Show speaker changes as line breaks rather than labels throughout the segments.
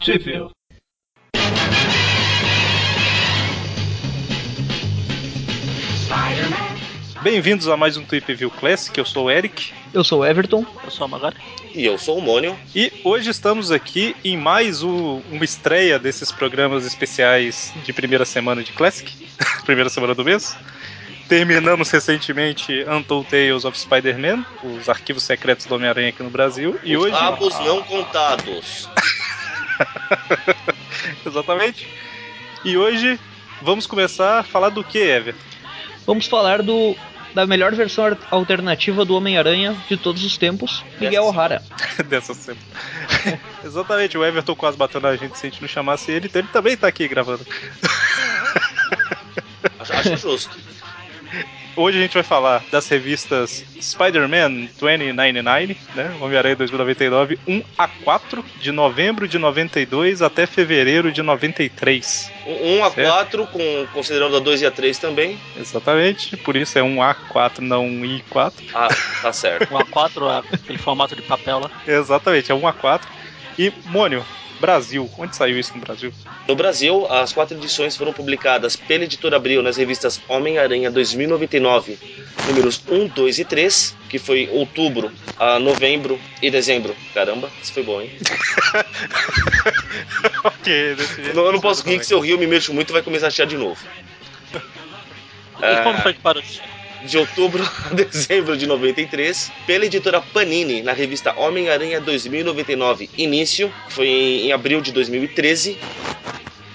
Sheffield. Bem-vindos a mais um Tweep View Classic, eu sou o Eric.
Eu sou o Everton.
Eu sou a Magari.
E eu sou o Mônio.
E hoje estamos aqui em mais o- uma estreia desses programas especiais de primeira semana de Classic, primeira semana do mês. Terminamos recentemente Untold Tales of Spider-Man, os arquivos secretos do Homem-Aranha aqui no Brasil. E
Os
hoje.
Rabos não contados.
Exatamente. E hoje vamos começar a falar do que, Ever?
Vamos falar do da melhor versão ar- alternativa do Homem-Aranha de todos os tempos, Miguel
Yes.
O'Hara.
Dessa semana. Exatamente, o Everton quase bateu na gente se a gente não chamasse ele, então ele também tá aqui gravando.
Acho, acho justo.
Hoje a gente vai falar das revistas Spider-Man 2099, né? Homem-Aranha 2099, 1 a 4, de novembro de 92 até fevereiro de 93.
Um 1 a
Certo.
4, com, considerando a 2 e a 3 também.
Exatamente, por isso é 1A4, não 1I4.
Ah, tá certo.
Um A4, a- aquele formato de papel lá.
Exatamente, é 1A4. E, Mônio, Brasil, onde saiu isso no Brasil?
No Brasil, as quatro edições foram publicadas pela editora Abril nas revistas Homem-Aranha 2099, números 1, 2 e 3, que foi outubro a novembro e dezembro. Caramba, isso foi bom, hein?
ok, desse jeito.
Não, eu não posso rir que
Exatamente.
se eu rir eu me mexo muito vai começar a chiar de novo. É,
E quando foi que parou de chegar?
de outubro a dezembro de 93, pela editora Panini, na revista Homem-Aranha 2099 Início, que foi em, em abril de 2013.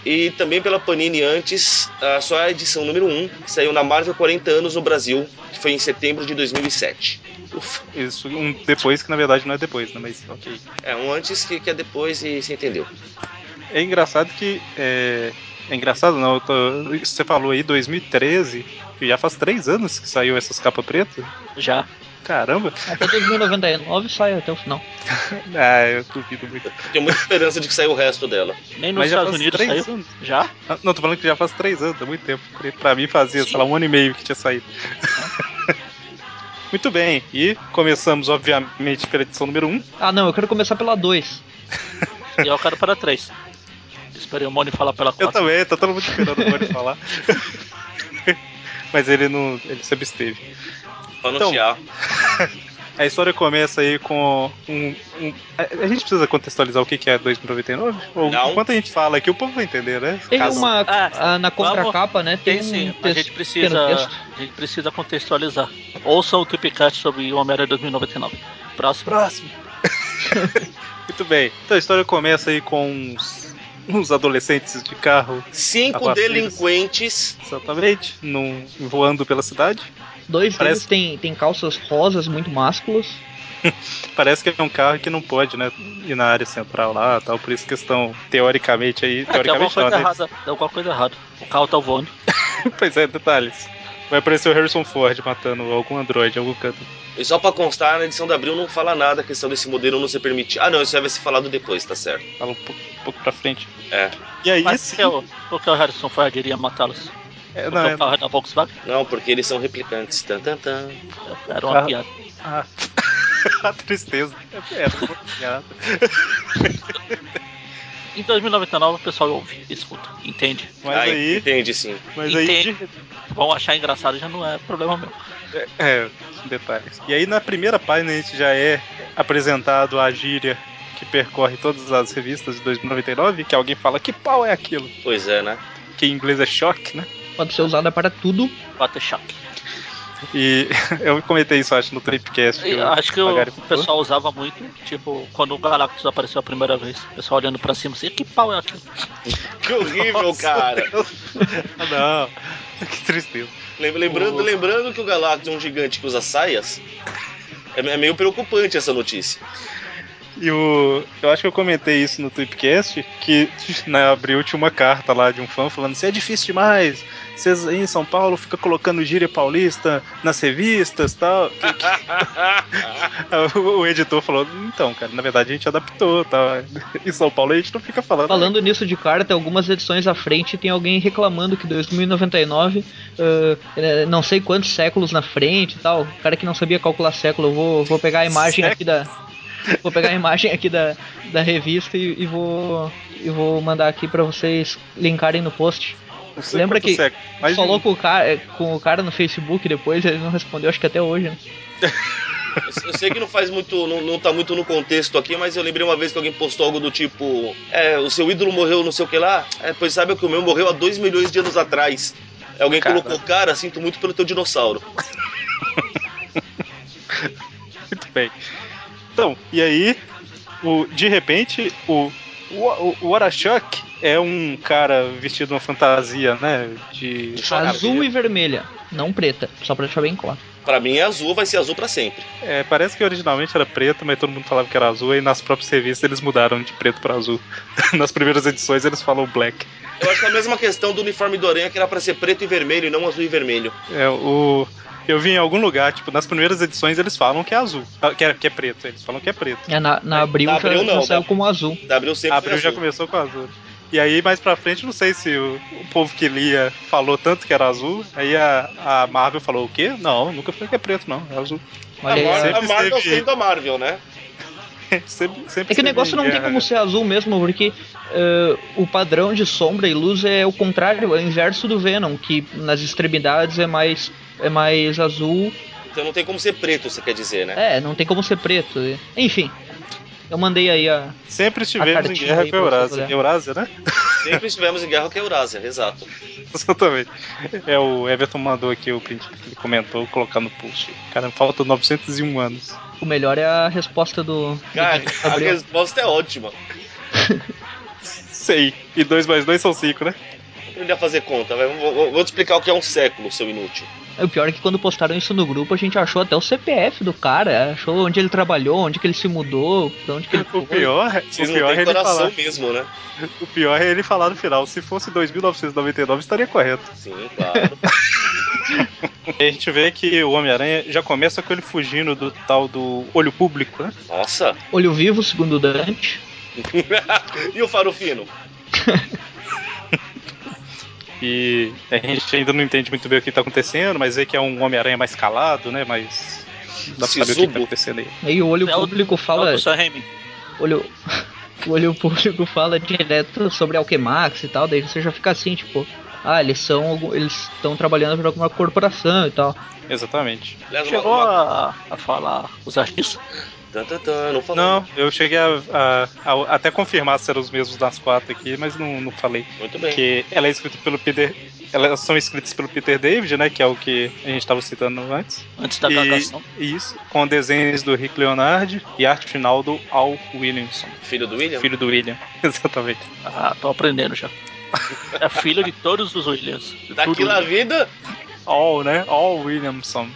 E também pela Panini antes, a sua edição número 1, que saiu na Marvel 40 anos no Brasil, que foi em setembro de 2007. Ufa,
Isso, um depois que na verdade não é depois, né? Mas ok.
é um antes que, que é depois e você entendeu.
É engraçado que. É, é engraçado não, eu tô- isso você falou aí 2013, que já faz três anos que saiu essas capas pretas.
Já.
Caramba!
Até 2099 sai até o final.
Ah, eu duvido muito.
Tenho muita esperança de que saia o resto dela.
Nem nos
Mas já
Estados
faz
Unidos
três
saiu.
anos.
Já?
Ah, Não, tô falando que já faz três anos, há muito tempo. Porque Pra mim fazia, sei lá, um ano e meio que tinha saído. muito bem, e começamos, obviamente, pela edição número 1.
Ah, não, eu quero começar pela 2.
E eu quero para três. Esperei o Mônio falar pela
Eu
quatro.
também, tá todo mundo esperando o Mônio falar. Mas ele não. ele se absteve.
Pra não
Então,
chiar.
A história começa aí com um. um- a, a gente precisa contextualizar o que, que é 2099? Ou
Não.
enquanto a gente fala aqui, o povo vai entender, né?
Tem
Caso-
uma.
Ah,
ah, na contracapa, né? Tem,
Tem sim,
um
a
texto,
gente
pequeno
precisa.
texto.
A gente precisa contextualizar. Ouça o Tipcast sobre o Homem-Aranha 2099. Próximo.
Próximo. Muito bem. Então a história começa aí com uns, uns adolescentes de carro,
Cinco
Agora,
delinquentes.
exatamente, num, voando pela cidade.
Dois
Parece-
deles tem, tem calças rosas muito másculas.
Parece que é um carro que não pode, né? Ir na área central lá tal. Por isso que estão, teoricamente aí.
Ah, tem alguma
teoricamente não,
coisa
né?
errada. Tem alguma coisa errada. O carro tá voando.
Pois é, detalhes. Vai aparecer o Harrison Ford matando algum androide, algum canto.
E só pra constar, na edição da Abril não fala nada a questão desse modelo não ser permitido. Ah, não, isso vai ser falado depois, tá certo.
Fala um pouco, um pouco pra frente.
É.
E aí,
Mas
sim-
por que o- por que o Harrison Ford iria matá-los?
É,
Porque
não, é-
o carro é da Volkswagen?
Não, porque eles são replicantes. Tan, tan, tan.
Era uma
Carro-
piada.
Ah, a tristeza. É, é, foi piada.
Em 2099 o pessoal ouve, escuta, entende.
mas
Ah,
aí,
Entende, sim.
mas aí,
entende.
de-
Vão achar engraçado já não é problema meu.
é, detalhes. E aí na primeira página a gente já é apresentado a gíria que percorre todas as revistas de 2099, que alguém fala que pau é aquilo,
Pois é, né?
que em inglês é choque, né?
Pode ser usada para tudo.
Bater choque.
E eu comentei isso acho no Tripcast. que
E
o
acho que o
Magari falou.
pessoal usava muito, tipo, quando o Galactus apareceu a primeira vez, o pessoal olhando pra cima assim, que pau é aquilo?
Que horrível,
Nossa,
cara.
Ah, não. Que tristeza.
Lem- Lembrando,
Nossa.
lembrando que o Galactus é um gigante que usa saias. É é meio preocupante essa notícia.
E o. Eu acho que eu comentei isso no Tweepcast, que na abril tinha uma carta lá de um fã falando assim, é difícil demais. Vocês aí em São Paulo fica colocando gíria paulista nas revistas e tal. O- o editor falou, então, cara, na verdade a gente adaptou, tá? Em São Paulo a gente não fica falando.
Falando nisso de carta, algumas edições à frente tem alguém reclamando que 2099, ah, eh, não sei quantos séculos na frente e tal. O cara que não sabia calcular século, eu vou, vou pegar a imagem aqui da. Vou pegar a imagem aqui da, da revista e, e vou, e vou mandar aqui pra vocês linkarem no post.
Não sei
Lembra
quantos
que
séculos, mas
Falou com o, cara, com o cara no Facebook depois, ele não respondeu, acho que até hoje. Né?
Eu- Eu sei que não faz muito, não, não tá muito no contexto aqui, mas eu lembrei uma vez que alguém postou algo do tipo: É, o seu ídolo morreu não sei o que lá. É, pois sabe que o meu morreu há 2 milhões de anos atrás. Aí Alguém
Cara.
colocou, cara, sinto muito pelo teu dinossauro.
Muito bem. Então, e aí, o, de repente, o, o, o Arashok é um cara vestido de uma fantasia, né? De.
Choca
Azul e vermelha, não preta, só pra deixar bem claro.
Pra mim é azul, vai ser azul pra sempre.
é, parece que originalmente era preto, mas todo mundo falava que era azul, e nas próprias revistas eles mudaram de preto pra azul. nas primeiras edições eles falam black.
Eu acho que é a mesma questão do uniforme do Aranha, que era pra ser preto e vermelho e não azul e vermelho.
É, o. Eu vi em algum lugar, tipo, nas primeiras edições eles falam que é azul. ah, Que é, que é preto, eles falam que é preto.
É, na, na abril,
Na
já-
Abril
já,
não,
saiu
tá.
como É, azul.
Da Abril sempre
Abril
foi
já
azul.
começou com azul. E aí, mais pra frente, não sei se o, o povo que lia falou tanto que era azul. Aí a, a Marvel falou o quê? Não, nunca falei que é preto, não. É azul.
Olha aí,
Sempre
a, Mar-
ó.
a Marvel
esteve-
sendo a Marvel, né?
sempre, sempre
É que o
esteve
negócio
em
não tem
guerra,
como ser azul mesmo, porque eh, o padrão de sombra e luz é o contrário, é o inverso do Venom, que nas extremidades é mais, é mais azul.
Então não tem como ser preto, você quer dizer, né?
É, não tem como ser preto. Enfim, eu mandei aí a.
né? Sempre estivemos em
cartinha
guerra
Ah, aí
com a
pra você
Eurásia.
olhar.
Eurásia, né?
Sempre estivemos em guerra com a Eurásia, exato.
Exatamente. É, o Everton mandou aqui o print que ele comentou, vou colocar no post. Cara, falta 901 anos.
O melhor é a resposta do. do
Cara, a
Gabriel.
resposta é ótima.
Sei. E 2 mais 2 são 5, né?
aprender a fazer conta. vai. Vou, vou- vou te explicar o que é um século, seu inútil.
O pior é que quando postaram isso no grupo, a gente achou até o CPF do cara, achou onde ele trabalhou, onde que ele se mudou, pra onde que ele
O
foi.
pior,
Vocês
o
não
pior é
têm
ele
coração
falar.
mesmo, né?
O pior é ele falar no final. Se fosse 2999, estaria correto.
Sim, claro.
E a gente vê que o Homem-Aranha já começa com ele fugindo do tal do olho público, né?
Nossa.
Olho vivo, segundo o Dante.
e o farofino?
E a gente ainda não entende muito bem o que tá acontecendo, mas vê que é um Homem-Aranha mais calado, né? Mais. Dá pra saber o que
Sisudo.
tá acontecendo aí.
E o olho
É o-
público fala.
Não, do Sam Raimi.
olho, o olho público fala direto sobre Alquemax e tal, daí você já fica assim, tipo, ah, eles são algum- eles estão trabalhando para alguma corporação e tal.
Exatamente.
Aliás, uma-
Chegou
uma-
a, a falar os artistas.
Tan, tan, tan, não falou.
Não, eu cheguei a, a- a- até confirmar se eram os mesmos das quatro aqui, mas não, não falei.
Muito bem.
Porque ela é escrita pelo Peter. Elas são escritas pelo Peter David, né? Que é o que a gente tava citando antes.
Antes da
E-
cagação.
Isso. Com desenhos do Rick Leonardi e arte final do Al Williamson.
Filho do William?
Filho do William. Exatamente.
Ah, tô aprendendo já. É filho de todos os Williams. De tudo.
Daquilo a Tá vida?
All, né? All Williamson.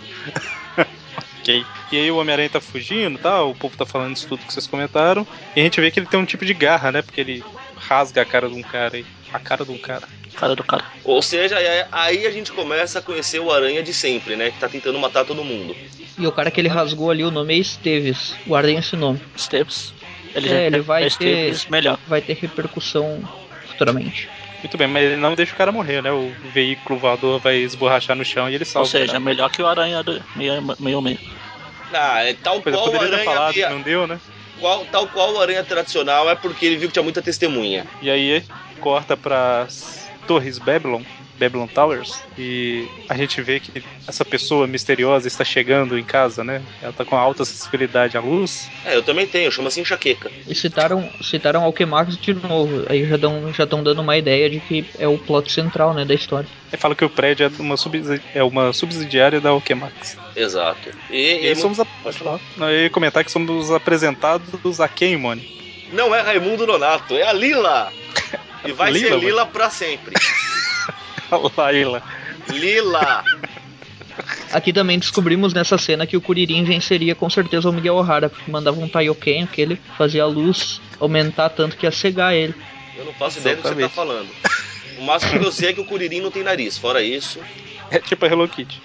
ok. E aí o Homem-Aranha tá fugindo, tá? O povo tá falando isso tudo que vocês comentaram. E a gente vê que ele tem um tipo de garra, né? Porque ele rasga a cara de um cara aí. A cara de um cara.
Cara do cara.
Ou seja, aí- aí a gente começa a conhecer o Aranha de sempre, né? Que tá tentando matar todo mundo.
E o cara que ele rasgou ali, o nome é Esteves. Guardem esse nome.
Steps.
É, ele vai ter-
Steps melhor.
Vai ter repercussão futuramente.
Muito bem, mas ele não deixa o cara morrer, né? O veículo voador vai esborrachar no chão e ele
Ou
salva. o
seja,
cara.
melhor que o Aranha do meio meio. meio.
Ah, é tal
Pois eu
qual o
poderia ter
Aranha.
falado, que
via-
não deu, né?
qual- tal qual o Aranha tradicional é porque ele viu que tinha muita testemunha.
E aí corta pras Torres Babylon, Babylon Towers, e a gente vê que essa pessoa misteriosa está chegando em casa, né? Ela tá com alta sensibilidade à luz.
É, eu também tenho, chama-se enxaqueca.
E citaram, citaram Alquemax de novo. Aí já estão já tão dando uma ideia de que é o plot central, né, da história.
Aí fala que o prédio é uma, subsidi- é uma subsidiária da Okemax.
Exato. E,
E,
e
aí
é
somos a...
Pode falar.
Não, eu ia comentar que somos apresentados a Keimone.
muito- Não é Raimundo Nonato, é a Lila! E vai
Lila,
ser
mano.
Lila pra sempre.
A Laila.
Lila!
Aqui também descobrimos nessa cena que o Kuririn venceria com certeza o Miguel O'Hara, porque mandava um Taioken, que ele fazia a luz aumentar tanto que ia cegar ele.
Eu não faço ideia do que você tá
Exatamente.
falando. O máximo que eu sei é que o Curirim não tem nariz. Fora isso,
É tipo a Hello Kitty.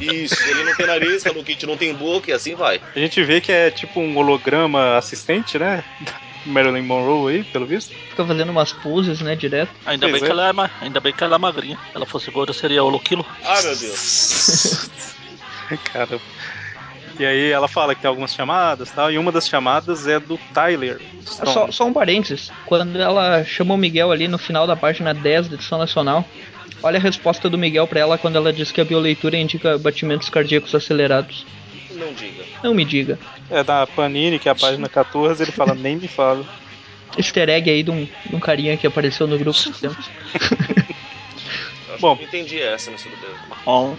isso, ele não tem nariz, Hello Kitty não tem boca e assim vai.
A gente vê que é tipo um holograma assistente, né? Marilyn Monroe aí, pelo visto.
Fica fazendo umas poses, né, direto.
Ainda
Pois
bem,
é.
que ela é, ma- ainda bem que ela é magrinha. Se ela fosse gorda, seria o Luquilo.
Ah, meu Deus.
Caramba. E aí ela fala que tem algumas chamadas e tal, e uma das chamadas é do Tyler.
Ah,
Stone.
Só, só um parênteses. Quando ela chama o Miguel ali no final da página 10 da edição nacional, olha a resposta do Miguel pra ela quando ela diz que a bioleitura indica batimentos cardíacos acelerados.
Não diga.
Não me diga.
É da Panini, que é a página 14, ele fala, nem me fala.
Easter egg aí de um, de um carinha que apareceu no grupo. esses tempos.
Eu acho
Bom.
que eu entendi essa, né, mas tudo bem.
Bom,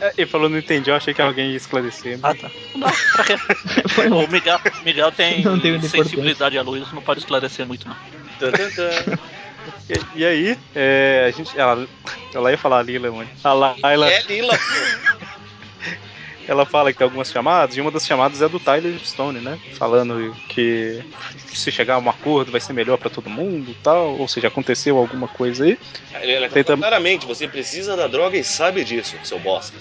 É, Ele falou, não entendi, eu achei que alguém ia esclarecer.
um, ah, tá. Não, pra quê?
Foi mal.
O Miguel, Miguel tem
Não tem muita
sensibilidade à luz, não pode esclarecer muito, não.
Tan, tan, tan.
E, e aí, é, a gente. Ela, ela ia falar a Lila, mano. A Laila,
É Lila, pô.
ela fala que tem algumas chamadas, e uma das chamadas é do Tyler Stone, né? Falando que se chegar a um acordo vai ser melhor pra todo mundo e tal. Ou seja, aconteceu alguma coisa aí.
Ela tá
Tem tam-
claramente, você precisa da droga e sabe disso, seu bosta.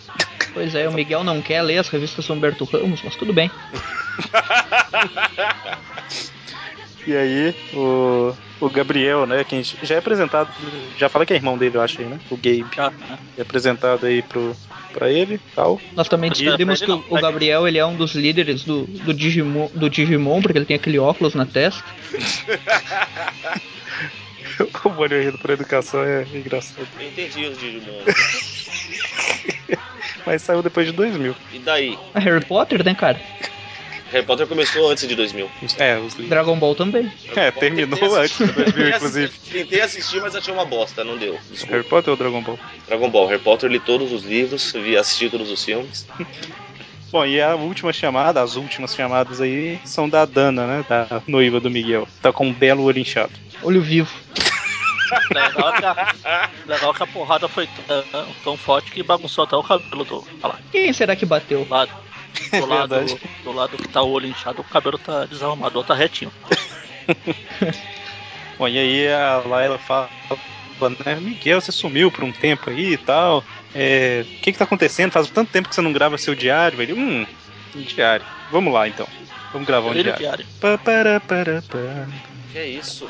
Pois é, o Miguel não quer ler as revistas do Humberto Ramos, mas tudo bem.
E aí, o, o Gabriel, né? Quem já é apresentado, já fala que é irmão dele, eu acho, aí, né? O Gabe.
Ah, né?
É apresentado aí pro, pra ele e tal.
Nós também
Não,
descobrimos
pra
que
ele
o
não,
o
pra
Gabriel ele é um dos líderes do, do, Digimon, do Digimon, porque ele tem aquele óculos na testa.
o Mônio rindo por educação é engraçado.
Eu entendi os Digimon.
Mas saiu depois de 2000.
E daí?
A Harry Potter, né, cara?
Harry Potter começou antes de 2000.
Os- É, os livros.
Dragon Ball também.
É, terminou antes de 2000, inclusive.
Tentei assistir, mas achei uma bosta, não deu. Desculpa.
Harry Potter ou Dragon Ball?
Dragon Ball, Harry Potter, li todos os livros, vi, assisti todos os filmes.
Bom, e a última chamada, as últimas chamadas aí, são da Dana, né? Da noiva do Miguel. Tá com um belo olho inchado.
Olho vivo.
Legal que a, legal que a porrada foi tão, tão forte que bagunçou até o cabelo do. Olha lá,
Quem será que bateu?
do lado. Do lado,
verdade.
do lado que tá o olho inchado, o cabelo tá desarrumado, o outro tá retinho.
Bom, e aí a Laila fala, né? Miguel, você sumiu por um tempo aí e tal. É, o que que tá acontecendo? Faz tanto tempo que você não grava seu diário. Ele, hum, diário. Vamos lá, então. Vamos gravar um
Brilho
diário.
diário.
Pá, pará, pará, pá.
Que é isso?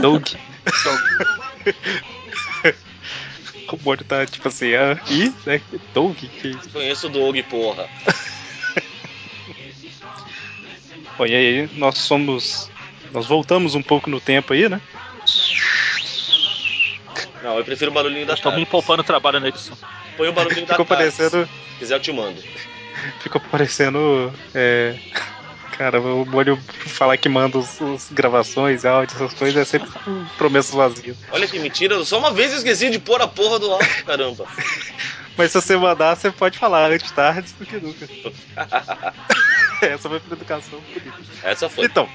Doug.
Então,
O Mônio tá tipo assim, ah, e? né? Doug? Que isso?
Conheço o Doug, porra.
Bom, e aí nós somos. Nós voltamos um pouco no tempo aí, né?
Não, eu prefiro o barulhinho da
Estão me
tarde.
poupando trabalho na edição.
Põe o barulhinho da
Ficou
tarde.
parecendo.
Se quiser, eu te mando.
Ficou parecendo. É... Cara, o Mônio falar que manda os, os gravações, áudios, essas coisas, é sempre um promessas vazias.
Olha que mentira, só uma vez eu esqueci de pôr a porra do áudio, caramba.
Mas se você mandar, você pode falar antes tarde do que nunca. Essa foi pra educação política.
Essa foi.
Então,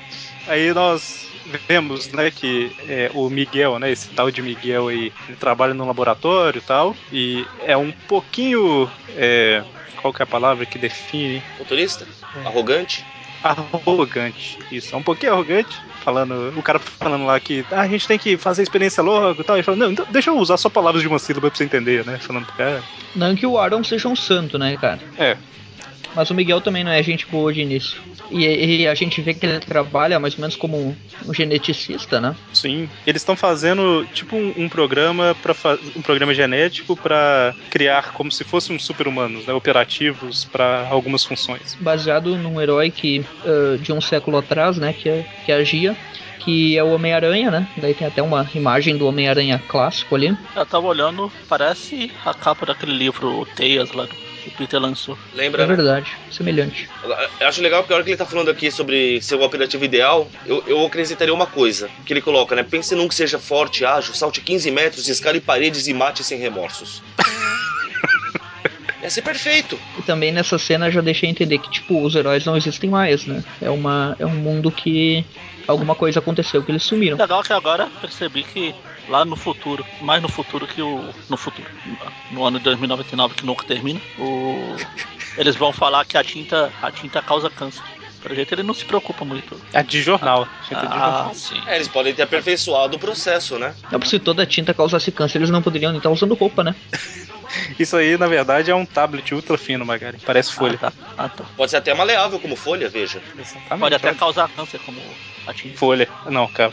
aí nós vemos, né, que é, o Miguel, né, esse tal de Miguel aí, ele trabalha no laboratório e tal, e é um pouquinho, é, qual que é a palavra que define?
Futurista?
É.
Arrogante?
Arrogante, isso, é um pouquinho arrogante, falando, o cara falando lá que "Ah, a gente tem que fazer a experiência logo e tal, e falando, não, então deixa eu usar só palavras de uma sílaba pra você entender, né, falando pro cara.
Não que o Aaron seja um santo, né, cara?
É.
Mas o Miguel também não é gente boa de início. E, e a gente vê que ele trabalha mais ou menos como um, um geneticista, né?
Sim, eles estão fazendo tipo um, um programa para um programa genético para criar como se fossem uns super-humanos, né, operativos para algumas funções.
Baseado num herói que ah, de um século atrás, né, que, é- que agia, que é o Homem-Aranha, né? Daí tem até uma imagem do Homem-Aranha clássico ali.
Eu tava olhando, parece a capa daquele livro, o Teias, lá do, que o Peter lançou.
Lembra?
É
né?
verdade, semelhante.
Agora, Eu acho legal porque a hora que ele tá falando aqui sobre ser o operativo ideal, eu, eu acrescentaria uma coisa que ele coloca, né? Pense num que seja forte, ágil, salte 15 metros, escale paredes e mate sem remorsos. Ia ser perfeito.
E também nessa cena já deixei entender que, tipo, os heróis não existem mais, né? É, uma, é um mundo que alguma coisa aconteceu, que eles sumiram.
Legal é que agora percebi que lá no futuro, mais no futuro que o. No futuro, no ano de 2099 que nunca termina, o, eles vão falar que a tinta, a tinta causa câncer. Pelo jeito ele não se preocupa muito.
É de jornal. gente, é de jornal.
Ah, sim.
É, eles podem ter aperfeiçoado o processo, né?
Não, porque se toda tinta causasse câncer, eles não poderiam nem estar usando roupa, né?
Isso aí, na verdade, é um tablet ultra fino, Magari. Parece folha.
Ah, tá. Ah, tá.
Pode ser até maleável como folha, veja.
Exatamente.
Pode até
olha.
causar câncer, como A tinta.
Folha. Não, cara.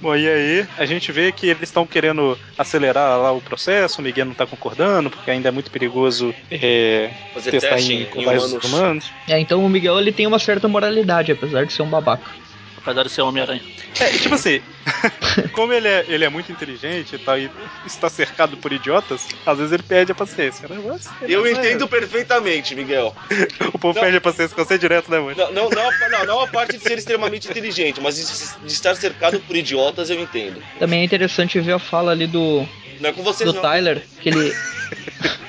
Bom, e aí a gente vê que eles estão querendo acelerar lá o processo, o Miguel não tá concordando, porque ainda é muito perigoso é,
Fazer
testar
teste
em,
em, em
cobaias
humanos.
humanos.
É, então o Miguel ele tem uma certa moralidade, apesar de ser um babaca.
Apesar de ser Homem-Aranha.
É, e tipo assim, como ele é, ele é muito inteligente e, tal, e está cercado por idiotas, às vezes ele perde a paciência, né? Mas,
Eu
mas-
entendo perfeitamente, Miguel.
O povo
Não.
perde a paciência com você direto, né, mano?
Não, não, não, a- não, não a parte de ser extremamente inteligente, mas de, de estar cercado por idiotas eu entendo.
Também é interessante ver a fala ali do,
Não é com vocês
do
não.
Tyler, que ele.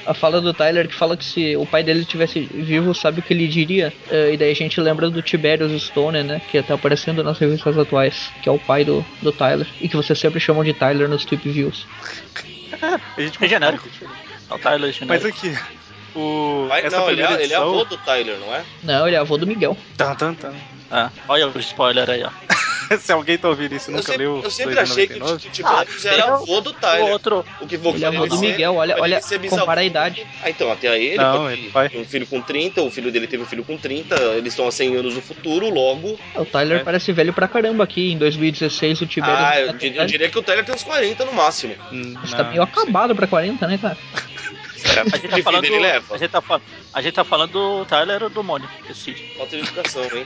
A fala do Tyler que fala que se o pai dele estivesse vivo, sabe o que ele diria? Eh, e daí a gente lembra do Tiberius Stone, né? Que tá aparecendo nas revistas atuais, que é o pai do, do Tyler. E que vocês sempre chamam de Tyler nos Trip Views.
A gente
É genérico. É o Tyler
Mas
genérico.
aqui, o.
Vai-
essa
não, ele,
primeira
é, ele é
edição-
avô do Tyler, não é?
Não, ele é avô do Miguel.
Tan, tan, tan.
Ah, olha o spoiler aí, ó.
Se alguém tá ouvindo isso e
eu
nunca
sempre,
leu.
eu sempre achei que o
299,
Tio Tiberius
Ah,
era
eu-
avô do
O
Tyler.
outro.
O que vou
Ele é avô do Miguel, olha, olha, compara a idade.
Ah, então, até aí ele,
Não,
pode-
ele vai.
tem um filho com 30, o filho dele teve um filho com 30, eles estão há 100 anos no futuro, logo.
O Tyler
É.
parece velho pra caramba aqui. Em 2016 o Tiberius tá
ah, eu, di- eu diria que o Tyler tem uns 40 no máximo.
hum,
tá
está
não,
tá meio
não sei.
acabado pra 40, né, cara?
Será que
A
o
gente
filho
tá falando.
dele
A
leva?
gente tá, fal- a gente tá falando do Tyler ou do Mônio. Esse
Falta de educação, hein?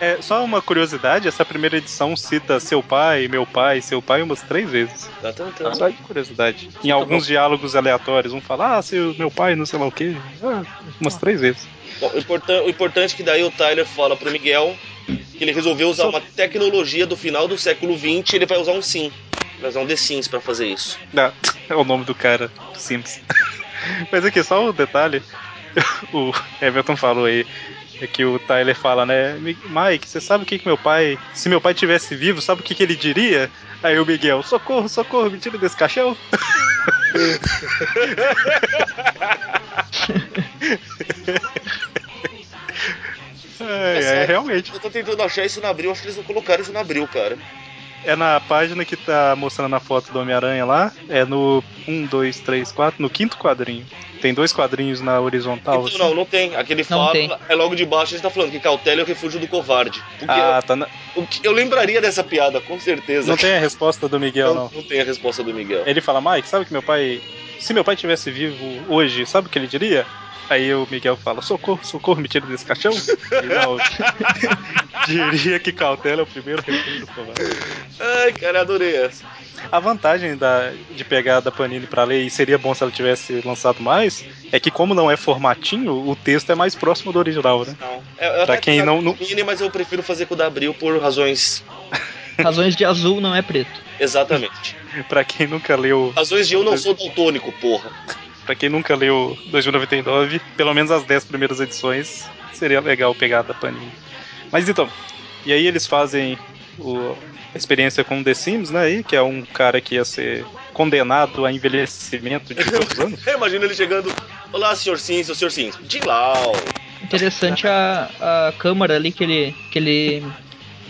É, só uma curiosidade: essa primeira edição cita seu pai, meu pai, seu pai umas três vezes.
Dá um tanto.
Tá.
Só de curiosidade.
Tá
Em alguns diálogos aleatórios, um fala, ah, seu meu pai, não sei lá o quê. Ah, umas três vezes.
Bom, o, importan- o importante é que daí o Tyler fala pro Miguel que ele resolveu usar uma tecnologia do final do século 20 e ele vai usar um sim. Vai usar um The Sims pra fazer isso.
Ah, é o nome do cara, do Sims. Mas aqui, só um detalhe. O Everton falou aí. É que o Tyler fala, né? "Mi- Mike, você sabe o que, que meu pai. Se meu pai tivesse vivo, sabe o que, que ele diria? Aí o Miguel, socorro, socorro, me tira desse caixão. é, é, realmente.
Eu tô tentando achar isso na abril, acho que eles não colocaram isso na abril, cara.
É na página que tá mostrando a foto do Homem-Aranha lá. É no 1, 2, 3, 4, no quinto quadrinho. Tem dois quadrinhos na horizontal.
Então,
assim.
não, não tem. Aquele fala
tem.
é logo de baixo, ele tá falando que cautela é o refúgio do covarde. O que
Ah, tá. na-
eu, o que- eu lembraria dessa piada, com certeza.
Não tem a resposta do Miguel,
não,
não.
não tem a resposta do Miguel.
Ele fala, Mike, sabe que meu pai. Se meu pai tivesse vivo hoje, sabe o que ele diria? Aí o Miguel fala, socorro, socorro, me tira desse caixão. E não, diria que cautela é o primeiro recurso do covarde.
Ai, cara, adorei essa.
A vantagem da- de pegar da Panini pra ler, e seria bom se ela tivesse lançado mais, é que como não é formatinho, o texto é mais próximo do original, né?
Não. Eu- É, eu
Pra
até
quem
tenho
não-
a
não-
Mini, mas eu prefiro fazer com o da abril por razões.
Razões de azul não é preto.
Exatamente.
Pra quem nunca leu,
Razões de eu não sou daltônico, porra.
para quem nunca leu 2099, pelo menos as 10 primeiras edições, seria legal pegar da Panini. Mas então, e aí eles fazem o- a experiência com o The Sims, né, aí, que é um cara que ia ser condenado a envelhecimento de poucos anos.
Imagina ele chegando. Olá, senhor Sims, seu senhor Sims. De lá.
Interessante a, a câmara ali que ele. Que ele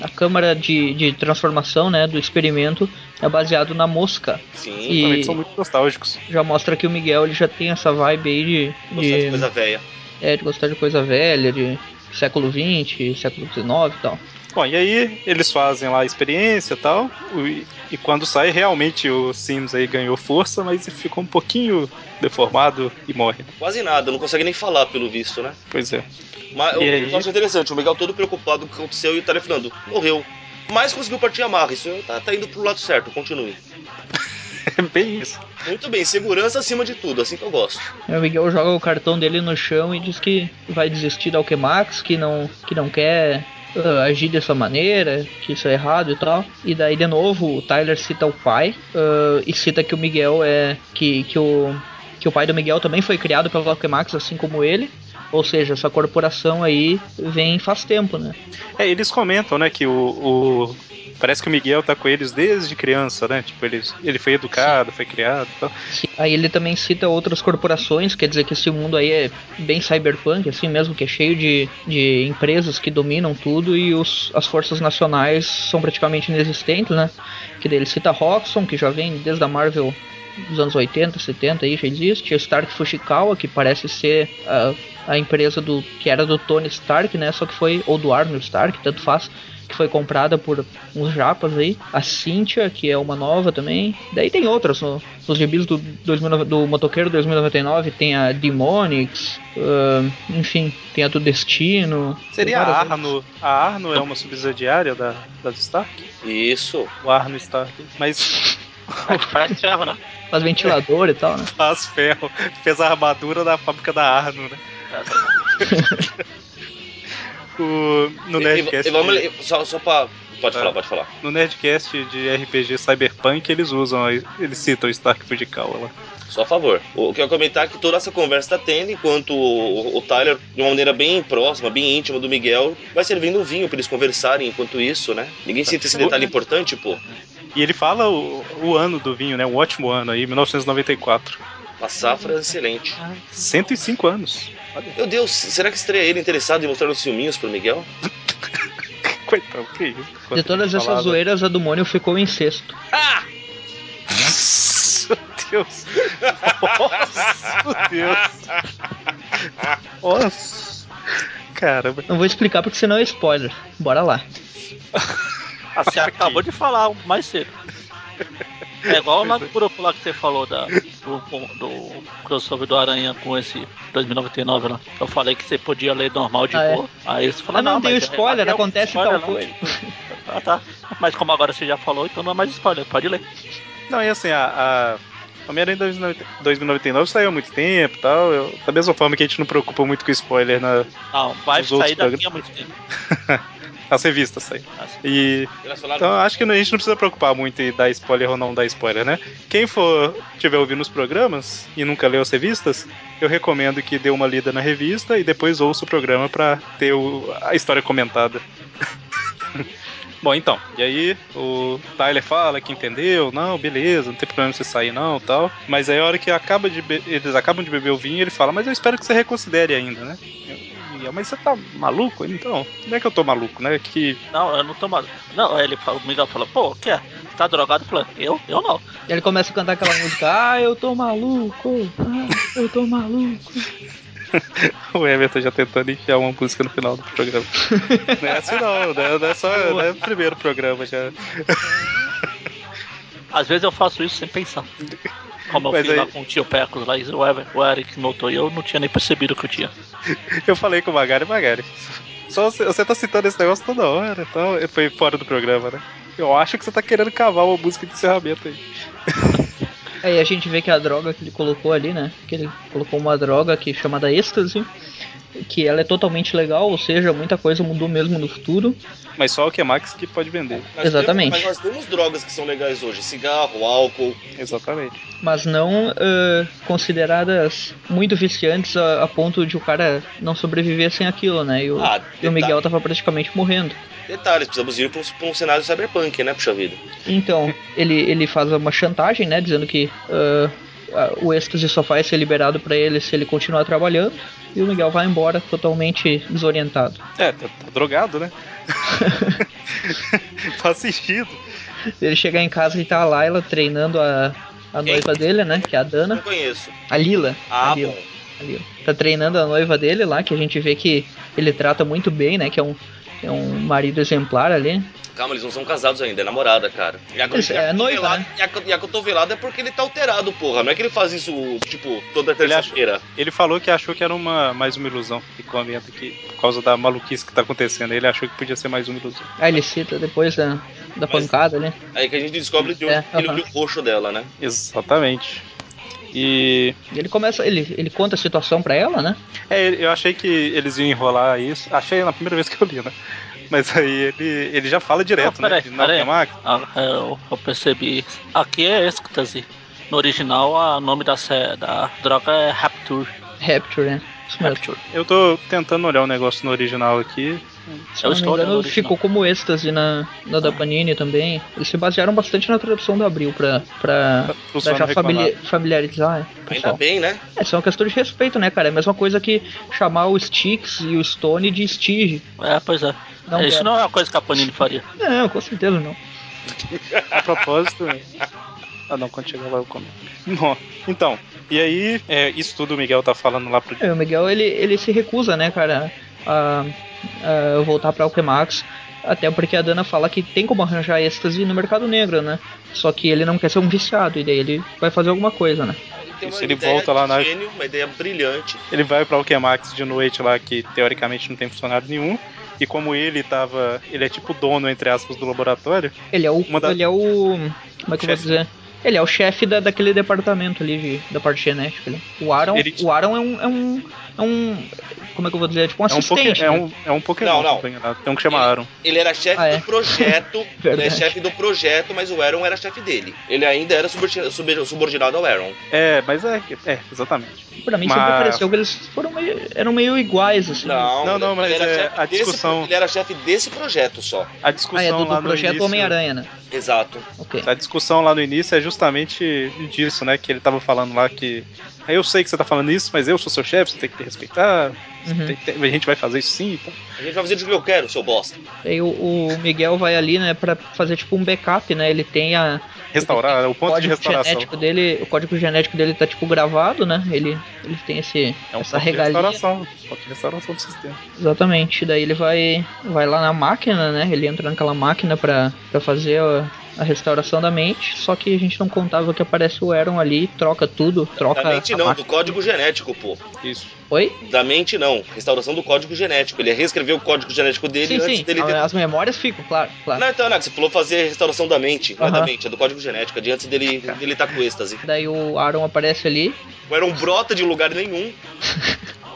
a câmara de, de transformação né, do experimento é baseado na mosca.
Sim.
E-
Também são muito nostálgicos.
Já mostra que o Miguel ele já tem essa vibe aí de,
Gostar de
de,
coisa velha.
é, de gostar de coisa velha, de século XX, século XIX e tal.
Bom, e aí eles fazem lá a experiência e tal, o- e, quando sai, realmente o Sims aí ganhou força, mas ficou um pouquinho deformado e morre.
Quase nada, não consegue nem falar, pelo visto, né?
Pois é.
Mas eu,
E aí?
eu acho interessante, o Miguel todo preocupado com o que aconteceu e o Tyler falando, morreu. Mas conseguiu partir a marra, isso tá, tá indo pro lado certo, continue.
É bem isso.
Muito bem, segurança acima de tudo, assim que eu gosto.
Aí É, O Miguel joga o cartão dele no chão e diz que vai desistir da Alquemax, que não, que não quer ah, agir dessa maneira, que isso é errado e tal. E daí, de novo, o Tyler cita o pai ah, e cita que o Miguel é. Que, que, o, que o pai do Miguel também foi criado pela Alquemax, assim como ele. Ou seja, essa corporação aí vem faz tempo, né?
É, eles comentam, né, que o, o- Parece que o Miguel tá com eles desde criança, né? Tipo, eles, ele foi educado, foi criado e tal.
Aí ele também cita outras corporações, quer dizer que esse mundo aí é bem cyberpunk, assim mesmo, que é cheio de, de empresas que dominam tudo e os, as forças nacionais são praticamente inexistentes, né? Que daí ele cita Roxxon, que já vem desde a Marvel dos anos 80, 70 aí já existe, a Stark Fushikawa, que parece ser a, a empresa do que era do Tony Stark, né? Só que foi, ou do Arnold Stark, tanto faz, que foi comprada por uns japas aí. A Cynthia, que é uma nova também. Daí tem outras. No, nos gibis do, 2009 do Motoqueiro 2099 tem a Demonix, ahn, enfim, tem a do Destino.
Seria
tem
a
várias
Arno. A Arno é uma subsidiária da, da Stark?
Isso.
O Arno Stark. Mas
Parece ferro, né?
outras. Faz ventilador e tal, né?
faz ferro. Fez a armadura da fábrica da Arno, né? O- no
E- e-
Nerdcast.
e vamos le- só, só pra. Pode
Ah.
falar, pode falar.
No Nerdcast de RPG Cyberpunk, eles usam, eles citam o Stark Fujikawa lá.
Só a favor. O que eu ia comentar é que toda essa conversa tá tendo, enquanto o, o Tyler, de uma maneira bem próxima, bem íntima do Miguel, vai servindo um vinho pra eles conversarem enquanto isso, né? Ninguém
Tá
cita esse detalhe importante, pô.
E ele fala o, o ano do vinho, né? Um ótimo ano aí, 1994.
Uma safra é excelente.
105 anos.
Meu Deus, será que estreia ele interessado em mostrar os filminhos pro Miguel?
Coitado, que é isso.
De todas essas
Falava.
zoeiras, a do Mônio ficou em sexto.
Ah!
Nossa, Deus. Nossa, Deus. Nossa. Caramba.
Não vou explicar porque senão é spoiler. Bora lá.
Ah, Você acabou de falar mais cedo. É igual lá no grupo lá que você falou da, do, do crossover do Aranha com esse 2099 lá. Eu falei que você podia ler normal de
Ah, é.
boa. Aí eles
Ah,
falaram,
não, tem o
mas
spoiler,
aqui é um
acontece então,
spoiler,
tal
não.
coisa.
Ah, tá. Mas como agora você já falou, então não é mais spoiler, pode ler.
Não, e assim, a. a... Homem-Aranha 2099 2099 saiu há muito tempo e tal. Eu- da mesma forma que a gente não preocupa muito com spoiler na,
Não, vai
Os outros
sair daqui a muito tempo.
nas revistas, saiu. E
Elas falaram.
Então eu acho que a gente não precisa preocupar muito em dar spoiler ou não dar spoiler, né? Quem for tiver ouvindo os programas e nunca leu as revistas, eu recomendo que dê uma lida na revista e depois ouça o programa pra ter o- a história comentada. Bom, então, e aí o Tyler fala que entendeu, não, beleza, não tem problema você sair não, tal. Mas aí a hora que acaba de be- eles acabam de beber o vinho, ele fala: "Mas eu espero que você reconsidere ainda, né?" Eu- Miguel, Mas você tá maluco? Então, não é que eu tô maluco, né? Que
Não, eu não tô mal. Não, aí ele fala, o Miguel falou, pô, o que é? Tá drogado? Eu falei, eu? Eu não.
E ele começa a cantar aquela música. Ah, eu tô maluco. Ah, eu tô maluco.
O Everton já tentando enfiar uma música no final do programa. não é assim não, né? não é só não é o primeiro programa já.
Às vezes eu faço isso sem pensar. Como eu
Mas
fiz
aí-
lá com o tio Pecos lá, e o, Ever, o Eric notou e eu não tinha nem percebido que eu tinha.
Eu falei com o Magari, Magari, só você, você tá citando esse negócio toda hora, então foi fora do programa, né? Eu acho que você tá querendo cavar uma música de encerramento aí.
Aí a gente vê que a droga que ele colocou ali, né? Que ele colocou uma droga que chamada êxtase. Que ela é totalmente legal, ou seja, muita coisa mudou mesmo no futuro.
Mas só o que é Max que pode vender.
Nós
Exatamente.
Temos, mas nós temos drogas que são legais hoje: cigarro, álcool.
Exatamente.
mas não ah, consideradas muito viciantes a, a ponto de o cara não sobreviver sem aquilo, né? E o,
Ah,
e o Miguel tava praticamente morrendo.
Detalhes, precisamos ir pra um, pra um cenário cyberpunk, né? Puxa vida.
Então, ele, ele faz uma chantagem, né? Dizendo que ah, ah, o êxtase só vai ser liberado pra ele se ele continuar trabalhando. E o Miguel vai embora totalmente desorientado.
É, tá, tá drogado, né? Tá Faz sentido.
Ele chega em casa e tá a Laila treinando a, a
Quem?
noiva dele, né? Que é a Dana.
Não conheço.
A Lila.
Ah,
a Lila.
bom.
ali, ó. Tá treinando a noiva dele lá, que a gente vê que ele trata muito bem, né? Que é um, é um marido exemplar ali.
Calma, eles não são casados ainda, é namorada, cara. E a,
Isso, é
e a
noiva,
cotovelada-
né?
e a co- E a cotovelada é porque ele tá alterado, porra. Não é que ele faz isso, tipo, toda
Ele acha-
terça-feira.
Ele falou que achou que era uma, mais uma ilusão. E comenta que por causa da maluquice que tá acontecendo, ele achou que podia ser mais uma ilusão.
Aí ele cita depois da, da pancada ali.
Aí que a gente descobre de um
É,
filho
aham.
de roxo dela, né?
Exatamente. E
E ele começa, ele, ele conta a situação pra ela, né?
é, eu achei que eles iam enrolar isso. Achei na primeira vez que eu li, né? Mas aí ele, ele já fala direto,
Não,
né?
peraí,
de não
peraí.
tem máquina.
Ah, eu, eu percebi. Aqui é êxtase. No original, o nome da, sé- da droga é Rapture.
Rapture, né? Isso mesmo.
Rapture.
Eu tô tentando olhar o negócio no original aqui.
Se
Eu
É
eu não me
estou olhando o
engano,
original.
ficou como êxtase na,
Tá.
na da Panini também. Eles se basearam bastante na tradução do Abril pra, pra,
Pro
pra
Só não
já
reclamar.
famili- familiarizar. né, o
Ainda
pessoal.
bem, né?
É, isso é uma questão de respeito, né, cara? É a mesma coisa que chamar o Styx e o Stone de Stige.
É, pois é.
Não
Isso
quero.
não é uma coisa que a Panini faria.
Não, com certeza não.
A propósito. ah, não, quando chegar lá eu comento. Bom, Então, e aí, é, isso tudo o Miguel tá falando lá pro.
É, o Miguel ele, ele se recusa, né, cara, a, a voltar pra Alquemax. Até porque a Dana fala que tem como arranjar êxtase no mercado negro, né? Só que ele não quer ser um viciado, e daí ele vai fazer alguma coisa, né?
Tem uma
Se ele
ideia
volta lá
de
na-
Gênio, uma ideia brilhante.
Ele vai pra Alquemax de noite lá, que teoricamente não tem funcionário nenhum. E como ele tava. Ele é tipo dono, entre aspas, do laboratório.
Ele é o.
Uma da-
Ele é o. Como é que eu vou
Chefe.
dizer? Ele é o chefe da, daquele departamento ali de- da parte genética. ali. O Aaron,
Ele-
o Aaron é, um, é um. é um. Como é que eu vou dizer? É tipo um
É um, poké,
assistente.
é,
né?
um, é um Pokémon.
Não, não.
se tô enganado. Tem um que chama Aaron.
Ele era chefe
Ah, é.
do projeto, ele é
Verdade.
chefe do projeto, mas o Aaron era chefe dele. Ele ainda era subordi- sub- subordinado ao Aaron.
É, mas é. É, exatamente.
Pra mim
Mas-
sempre pareceu que eles foram meio, eram meio iguais, assim.
Não,
Não,
ele-
não, mas
ele era
é,
chefe
a
desse-
discussão-
ele era chefe desse projeto só.
A
Ah, é
discussão
do,
lá
do
no
projeto
início-
Homem-Aranha, né?
Exato.
Ok.
A discussão lá no início é justamente disso, né? Que ele tava falando lá que. Eu sei que você tá falando isso, mas eu sou seu chefe, você tem que te respeitar. você
Uhum.
tem que ter- a gente vai fazer isso sim. Então.
A gente vai fazer do que eu quero, seu bosta.
Aí o, o Miguel vai ali, né, pra fazer tipo um backup, né? Ele tem a.
Restaurar, o
o
ponto de
código
restauração.
genético dele. O código genético dele tá tipo gravado, né? Ele, ele tem esse,
É um
essa
ponto de
regalia.
restauração. um Ponto de restauração do sistema.
Exatamente, daí ele vai, vai lá na máquina, né? Ele entra naquela máquina pra, pra fazer a, a restauração da mente, só que a gente não contava que aparece o Aaron ali, troca tudo, troca.
Da mente
a
não, do
máquina.
código genético, pô.
Isso.
Oi?
Da mente não. Restauração do código genético. Ele reescreveu o código genético dele
sim,
antes
sim.
dele ter.
As memórias ficam, claro, claro.
Não, então, né, que você falou fazer restauração da mente. Não é da
Aham.
mente, é do código genético, é de antes dele estar dele tá com êxtase.
Daí o Aaron aparece ali.
O Aaron brota de lugar nenhum.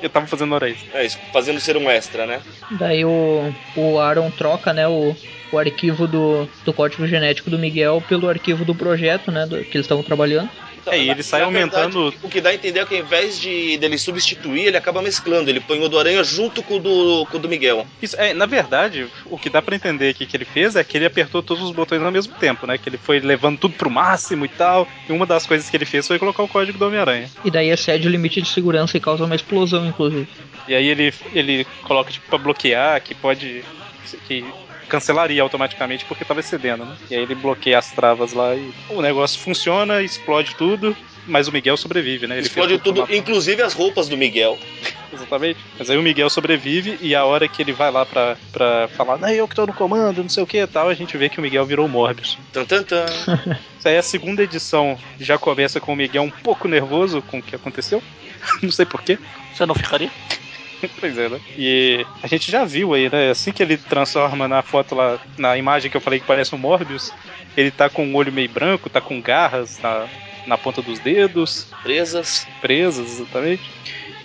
Eu tava fazendo hora extra.
É isso, fazendo ser um extra, né?
Daí o, o Aaron troca, né, o, o arquivo do, do código genético do Miguel pelo arquivo do projeto, né, do- que eles estavam trabalhando.
Então,
É, e ele sai aumentando-
verdade, o que dá a entender é que ao invés de dele substituir, ele acaba mesclando. Ele põe o do Aranha junto com o do, com o do Miguel.
Isso, é, na verdade, o que dá pra entender aqui que ele fez é que ele apertou todos os botões ao mesmo tempo, né? Que ele foi levando tudo pro máximo e tal. E uma das coisas que ele fez foi colocar o código do Homem-Aranha.
E daí excede o limite de segurança e causa uma explosão, inclusive.
E aí ele, ele coloca, tipo, pra bloquear, que pode. que cancelaria automaticamente porque tava excedendo, né? E aí ele bloqueia as travas lá e o negócio funciona, explode tudo, mas o Miguel sobrevive, né? Ele
Explode
fez
tudo,
na-
inclusive as roupas do Miguel.
Exatamente. Mas aí o Miguel sobrevive e a hora que ele vai lá pra, pra falar, não, eu que tô no comando, não sei o que e tal, a gente vê que o Miguel virou o Morbius.
Tan, tan, tan.
Isso aí é a segunda edição já começa com o Miguel um pouco nervoso com o que aconteceu. não sei porquê.
Você não ficaria?
Pois é, né? E a gente já viu aí, né? Assim que ele transforma na foto lá, na imagem que eu falei que parece um Morbius, ele tá com o olho meio branco, tá com garras na, na ponta dos dedos,
Presas.
presas, exatamente.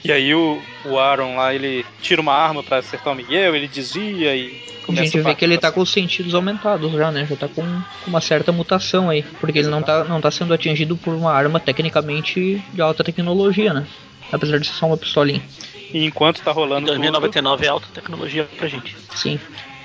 E aí o, o Aaron lá, ele tira uma arma pra acertar o Miguel, ele desvia e
A
começa
gente vê
par-
que ele tá com os sentidos aumentados já, né? Já tá com com uma certa mutação aí. Porque ele não tá, não tá sendo atingido por uma arma tecnicamente de alta tecnologia, né? Apesar de ser só uma pistolinha.
E enquanto tá rolando tudo,
2099 é alta tecnologia pra gente.
Sim.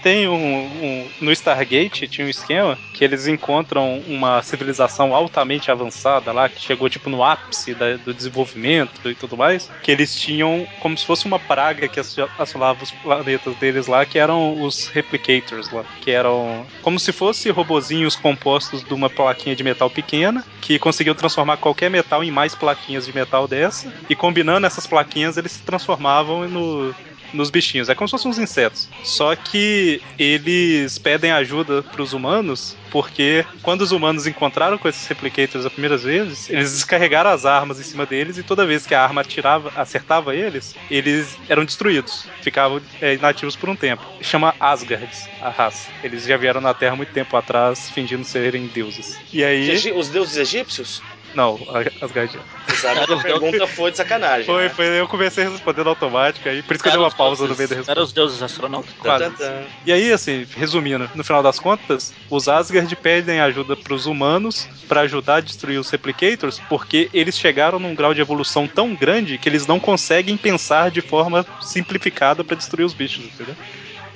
tem um, um- No Stargate tinha um esquema que eles encontram uma civilização altamente avançada lá, que chegou tipo no ápice da- do desenvolvimento e tudo mais, que eles tinham como se fosse uma praga que assu- assolava os planetas deles lá, que eram os replicators lá, que eram como se fossem robozinhos compostos de uma plaquinha de metal pequena, que conseguiam transformar qualquer metal em mais plaquinhas de metal dessa, e combinando essas plaquinhas eles se transformavam no, nos bichinhos. É como se fossem uns insetos. Só que eles pedem ajuda pros humanos, porque quando os humanos encontraram com esses replicators as primeiras vezes, eles descarregaram as armas em cima deles e toda vez que a arma atirava, acertava eles, eles eram destruídos. Ficavam é, inativos por um tempo. Chama Asgards, a raça. Eles já vieram na Terra muito tempo atrás, fingindo serem deuses. E aí.
Egi- Os deuses egípcios?
Não, Asgard. é.
Você sabe que a pergunta foi de sacanagem.
Foi,
né?
foi, eu comecei respondendo automático aí, por isso que eu dei uma pausa no meio da resposta.
Era os deuses astronautas.
quase.
Tan, tan, tan.
E aí, assim, resumindo, no final das contas, os Asgard pedem ajuda pros humanos pra ajudar a destruir os Replicators, porque eles chegaram num grau de evolução tão grande que eles não conseguem pensar de forma simplificada pra destruir os bichos, entendeu?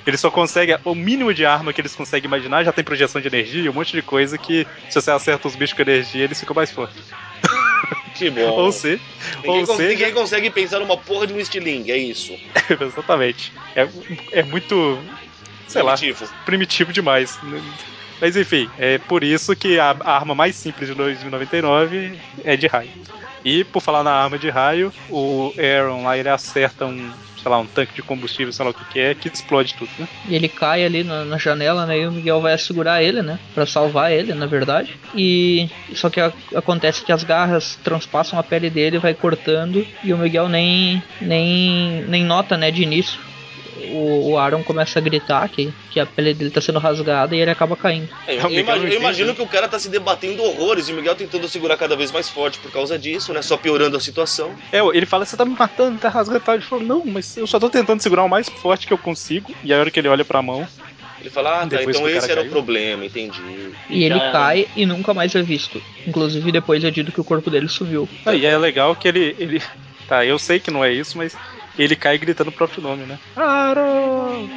Eles só conseguem, o mínimo de arma que eles conseguem imaginar já tem projeção de energia, um monte de coisa que, se você acerta os bichos com energia, eles ficam mais fortes.
Que bom.
Ou se,
ninguém,
ou
con-
seja-
ninguém consegue pensar numa porra de um estilingue, é isso.
exatamente. É, é muito, sei lá,
Primitivo.
primitivo demais. né? Mas enfim, é por isso que a, a arma mais simples de 2099 é de raio. E por falar na arma de raio, o Aaron lá ele acerta um, sei lá, um tanque de combustível, sei lá o que, que é, que explode tudo, né?
E ele cai ali na, na janela, né? E o Miguel vai segurar ele, né? Pra salvar ele, na verdade. E só que a- acontece que as garras transpassam a pele dele, vai cortando e o Miguel nem nem nem nota, né? De início. O, o Aaron começa a gritar que, que a pele dele tá sendo rasgada e ele acaba caindo.
É,
É, o
eu,
Miguel
imagi-
não
eu
entende,
imagino
né?
que o cara tá se debatendo horrores e o Miguel tentando segurar cada vez mais forte por causa disso, né? Só piorando a situação.
É, ele fala, você tá me matando, tá rasgando, tá? Ele falou, não, mas eu só tô tentando segurar o mais forte que eu consigo. E aí, a hora que ele olha pra mão,
Ele fala, ah, tá,
Depois
então
que o
esse
cara
era o
caiu.
problema, entendi.
E ele
Já era.
cai e nunca mais é visto. Inclusive depois é dito que o corpo dele sumiu.
Ah, e é legal que ele, ele. Tá, eu sei que não é isso, mas ele cai gritando o próprio nome, né? Aaron!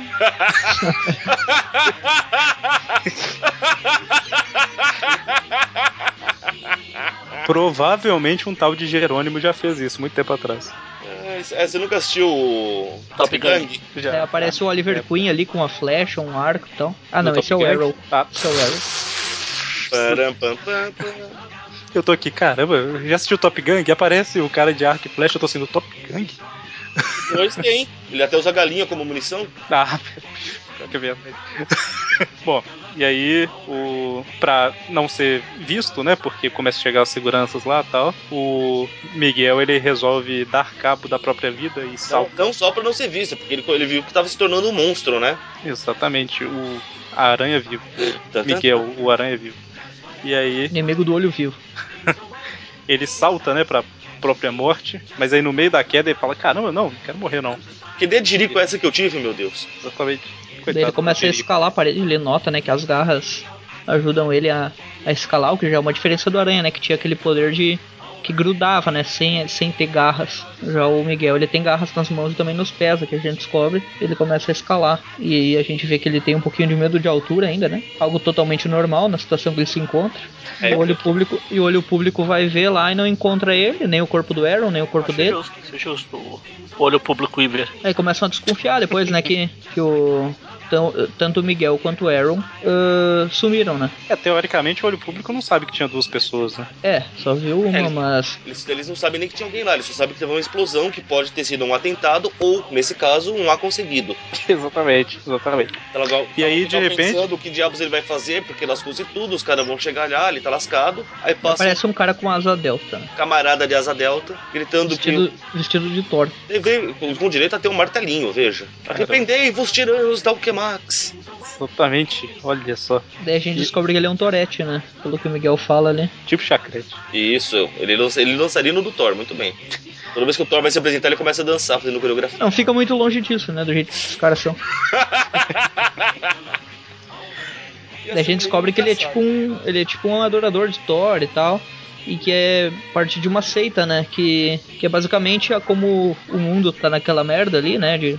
Provavelmente um tal de Jerônimo já fez isso muito tempo atrás.
É, c- é, você nunca assistiu o
Top Gun.
Já.
É, aparece o Oliver
É.
Queen ali com uma flecha, um arco e tal. Ah
No
não,
Top
esse é o
Gun.
Arrow.
Ah,
Esse é o Arrow.
Param, pam, pam, pam.
eu tô aqui, caramba, eu já assisti o Top Gun? E aparece o cara de arco e flecha, eu tô sendo Top Gun?
Pois tem. Ele até usa galinha como munição.
Ah, pior que é verdade. Bom, e aí, o, pra não ser visto, né? Porque começa a chegar as seguranças lá e tal, o Miguel ele resolve dar cabo da própria vida e
Não,
salva.
não só pra não ser visto, porque ele, ele viu que tava se tornando um monstro, né?
Exatamente, o a Aranha Vivo.
Tá- tá-
Miguel, o Aranha Vivo. E aí,
Inimigo do olho vivo.
ele salta, né, pra própria morte, mas aí no meio da queda ele fala: Caramba, não, não quero morrer não.
Que dedirico é essa que eu tive, meu Deus?
Exatamente.
Daí ele
Coitado
começa a
dele.
escalar a parede, ele nota, né, que as garras ajudam ele a, a escalar, o que já é uma diferença do Aranha, né, que tinha aquele poder de que grudava, né, sem, sem ter garras. Já o Miguel, ele tem garras nas mãos e também nos pés, é que a gente descobre, ele começa a escalar. E aí a gente vê que ele tem um pouquinho de medo de altura ainda, né? Algo totalmente normal na situação que ele se encontra. E o olho público, e o olho público vai ver lá e não encontra ele, nem o corpo do Aaron, nem o corpo
Acho é
dele.
justo, acho justo. O olho público e ver.
Aí começam a desconfiar depois, né? Que, que o. tão- Tanto o Miguel quanto o Aaron ah, sumiram, né?
É, teoricamente o olho público não sabe que tinha duas pessoas, né?
É, só viu uma,
É.
mas.
Eles, eles não sabem nem que tinha alguém lá, eles só sabem que teve uma explosão que pode ter sido um atentado ou, nesse caso, um ar conseguido.
exatamente, exatamente.
Ela vai-
E aí, de
tava
repente-
pensando o que diabos ele vai fazer, porque lascou-se tudo, os caras vão chegar lá, ele tá lascado. Aí passa
Parece um cara com asa delta, né?
um camarada de asa delta, gritando
Vestido, vestido de Thor.
que. Ele veio com- com direito a ter um martelinho, veja. Arrependei-vos, tiranos da Alquemax.
Exatamente, olha só.
Daí a gente descobre que ele é um Torete, né? Pelo que o Miguel fala ali.
Tipo chacrete.
Isso, ele, lança, ele lançarino do Thor, muito bem. Toda vez que o Thor vai se apresentar, ele começa a dançar, fazendo coreografia.
Não fica muito longe disso, né? Do jeito que os caras são. Daí a gente descobre que ele é tipo um. Ele é tipo um adorador de Thor e tal. E que é parte de uma seita, né? Que, que é basicamente a como o mundo tá naquela merda ali, né? De,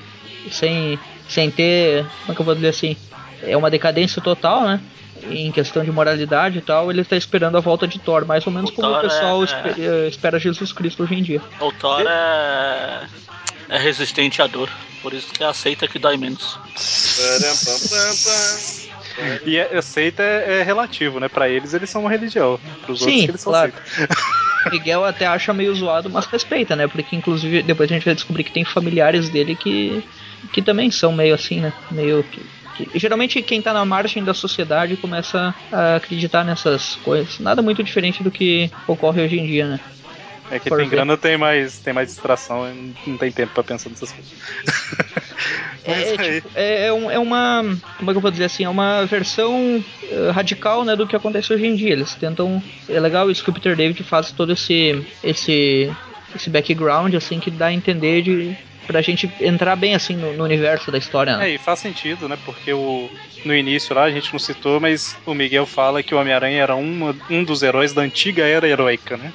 sem, sem ter. Como é que eu vou dizer assim? É uma decadência total, né? Em questão de moralidade e tal, ele tá esperando a volta de Thor, mais ou menos
O
como o
Thor é-
pessoal
é.
espe- eh, espera Jesus Cristo hoje em dia.
O Thor é... é resistente à dor. Por isso que é a seita que dói menos.
Param, pam, pam, pam.
E a a seita é, é relativo, né? Pra eles, eles são uma religião. Pros outros,
Sim,
eles são
claro.
seita.
Miguel até acha meio zoado, mas respeita, né? Porque inclusive depois a gente vai descobrir que tem familiares dele que, que também são meio assim, né? Meio que, que- geralmente quem tá na margem da sociedade começa a acreditar nessas coisas. Nada muito diferente do que ocorre hoje em dia, né?
É que
Por
tem
ver.
grana, tem mais, tem mais distração, e não- não tem tempo pra pensar nessas coisas. Mas
É, é,
aí-
tipo, é, é um- é uma. Como é que eu vou dizer assim? É uma versão eh, radical né, do que acontece hoje em dia. Eles tentam. É legal isso que o Peter David faz todo esse. esse. esse background, assim, que dá a entender de. pra gente entrar bem assim no, no universo da história, né?
É, e faz sentido, né? Porque o, no início lá a gente não citou, mas o Miguel fala que o Homem-Aranha era uma, um dos heróis da antiga era heróica, né?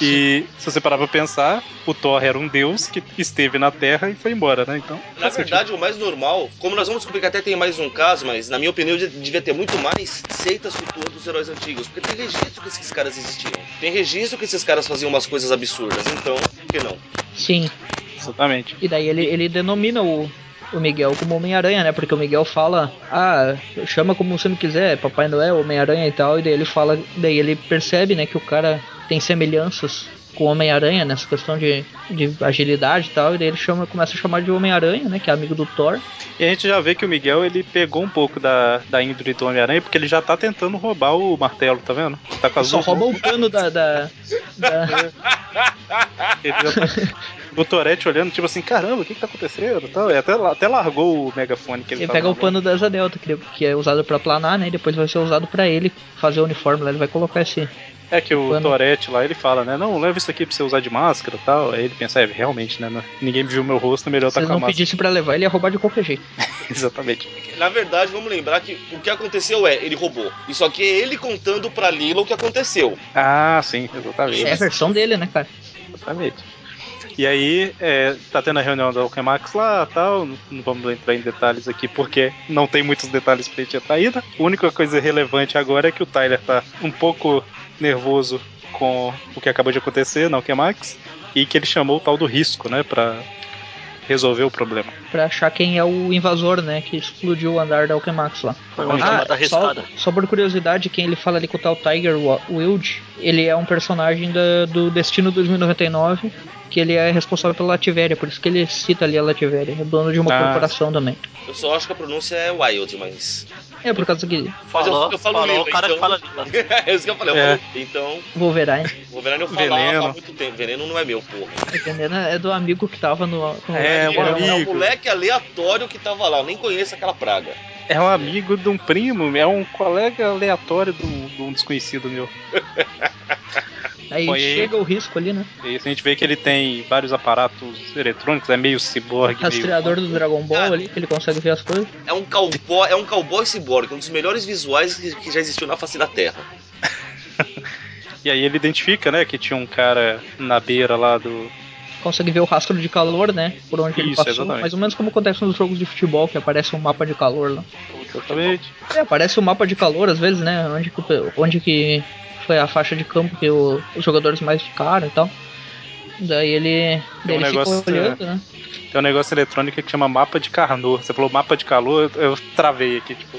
E se você parar pra pensar, o Thor era um deus que esteve na Terra e foi embora, né? Então.
Na
faz sentido.
verdade, o mais normal, como nós vamos descobrir que até tem mais um caso, mas na minha opinião de- devia ter muito mais seitas futuras dos heróis antigos, porque tem registro que esses caras existiam. Tem registro que esses caras faziam umas coisas absurdas, então, por que não?
Sim.
Exatamente.
E daí ele, ele denomina o, o Miguel como Homem-Aranha, né? Porque o Miguel fala, ah, chama como você me quiser, Papai Noel, Homem-Aranha e tal, e daí ele fala, daí ele percebe, né, que o cara tem semelhanças com o Homem-Aranha nessa questão de, de agilidade e tal, e daí ele chama, começa a chamar de Homem-Aranha, né, que é amigo do Thor.
E a gente já vê que o Miguel ele pegou um pouco da, da índole do Homem-Aranha, porque ele já tá tentando roubar o martelo, tá vendo? Tá com as
Só
duas
rouba o cano da- da- da...
mãos, ele já tá- O Toretti olhando, tipo assim, caramba, o que que tá acontecendo? Então, ele até, la- até largou o megafone que ele,
Ele
tava
pega o
na mão.
pano da asa delta, que, ele- que é usado pra planar, né? E depois vai ser usado pra ele fazer o uniforme lá. Ele vai colocar esse.
É que o
pano.
Toretti lá, ele fala, né? Não, leva isso aqui pra você usar de máscara e tal. Aí ele pensa, é, realmente, né? não- Ninguém viu meu rosto, é melhor
Se
tá
ele
com a
não
máscara.
pedisse pra levar, ele ia roubar de qualquer jeito.
Exatamente.
Na verdade, vamos lembrar que o que aconteceu é, ele roubou. Isso aqui é ele contando pra Lila o que aconteceu.
Ah, sim, exatamente.
É a versão dele, né, cara?
Exatamente. E aí, é, tá tendo a reunião da Alchemax lá tal, não não vamos entrar em detalhes aqui porque não tem muitos detalhes pra gente entrar ainda. A única coisa relevante agora é que o Tyler tá um pouco nervoso com o que acabou de acontecer na Alchemax e que ele chamou o tal do risco, né, pra resolver o problema.
Pra achar quem é o invasor, né? Que explodiu o andar da Alchemax lá. Ah,
Foi uma chamada
só,
arriscada.
só por curiosidade, quem ele fala ali com o tal Tiger Wa- Wild, ele é um personagem da- do Destino 2099, que ele é responsável pela Lativéria, por isso que ele cita ali a Lativéria, é dono de uma
Ah.
corporação também.
Eu só acho que a pronúncia é Wild, mas.
É por causa que
mas eu-
Falou,
eu falo
falou
Lila,
o cara
então.
que fala Lila.
é isso que eu falei. eu
É.
falo- Então,
Wolverine
o Veneno eu falava
Veneno.
há muito tempo. Veneno não é meu, porra.
Veneno é do amigo que tava no. no-
É, um
era
Era um- era um
amigo.
moleque aleatório que tava lá. Eu nem conheço aquela praga.
É um amigo de um primo, é um colega aleatório de um- de um desconhecido meu.
Aí
Foi aí.
chega o risco ali, né?
E É isso a gente vê que ele tem vários aparatos eletrônicos, é meio ciborgue, meio... Ah.
Rastreador do Dragon Ball
Cara.
ali, que ele consegue ver as coisas.
É um cowboy, é um cowboy ciborgue, um dos melhores visuais que, que já existiu na face da Terra.
E aí ele identifica, né, que tinha um cara na beira lá do.
Consegue ver o rastro de calor, né? Por onde ele
Isso,
passou.
exatamente.
Mais ou menos como acontece nos jogos de futebol, que aparece um mapa de calor lá.
Exatamente.
É, aparece o mapa de calor às vezes, né? Onde que, onde que foi a faixa de campo que o- os jogadores mais ficaram e tal. Daí ele, daí
Tem um
ele
negócio,
fica olhando, né?
Tem um negócio eletrônico que chama mapa de Carnot. Você falou mapa de calor, eu eu travei aqui, tipo.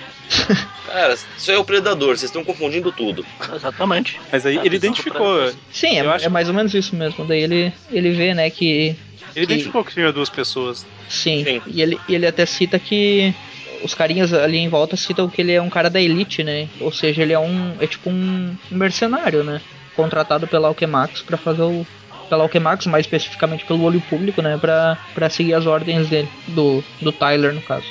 Cara, isso aí é o predador, vocês estão confundindo tudo.
Exatamente.
Mas aí
É,
ele
visão
identificou.
pra-
Ele
Sim, é,
Eu acho-
é mais ou menos isso mesmo. Daí ele, ele vê, né, que
identificou que tinha duas pessoas.
Sim,
Sim.
E, ele, e ele até cita que os carinhas ali em volta citam que ele é um cara da elite, né? Ou seja, ele é um é tipo um mercenário, né? Contratado pela Alchemax pra fazer o pela Alchemax, mais especificamente pelo olho público, né, Pra para seguir as ordens dele do do Tyler no caso.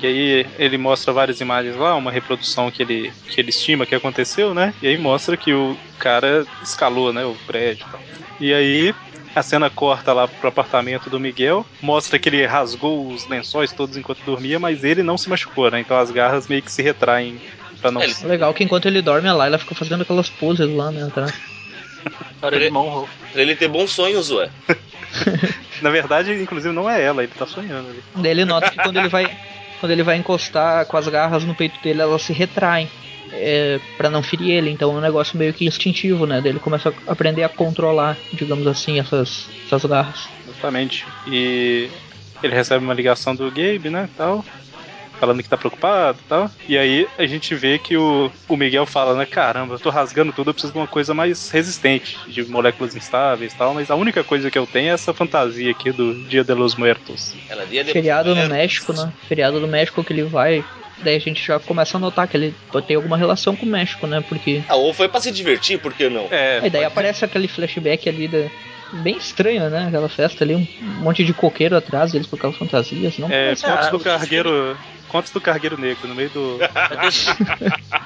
E aí ele mostra várias imagens lá, uma reprodução que ele, que ele estima que aconteceu, né? E aí mostra que o cara escalou, né, o prédio e tal. E aí. A cena corta lá pro apartamento do Miguel, mostra que ele rasgou os lençóis todos enquanto dormia, mas ele não se machucou, né? Então as garras meio que se retraem pra não
É, ele-
Legal que enquanto ele dorme, a Layla fica fazendo aquelas poses lá, né, atrás.
Era é irmão.
Pra ele ter bons sonhos, ué.
Na verdade, inclusive, não é ela, ele tá sonhando ali.
Daí ele nota que quando ele vai quando ele vai encostar com as garras no peito dele, elas se retraem é, para não ferir ele. Então é um negócio meio que instintivo, né? Daí ele começa a aprender a controlar, digamos assim, essas, essas garras.
Exatamente. E ele recebe uma ligação do Gabe, né, tal, falando que tá preocupado e tal. E aí a gente vê que o, o Miguel fala, né, caramba, eu tô rasgando tudo, eu preciso de uma coisa mais resistente, de moléculas instáveis e tal, mas a única coisa que eu tenho é essa fantasia aqui do Dia de los Muertos.
Ela dia de...
Feriado
é,
no México, né? Feriado no México que ele vai. Daí a gente já começa a notar que ele tem alguma relação com o México, né? Porque.
Ah, ou foi pra se divertir, por que não?
É,
Aí daí aparece aquele flashback ali da. Bem estranho, né? Aquela festa ali, um monte de coqueiro atrás, eles com aquelas fantasias. Não
é,
parece
contos
ah,
do
o
cargueiro... Contos do Cargueiro Negro, no meio do...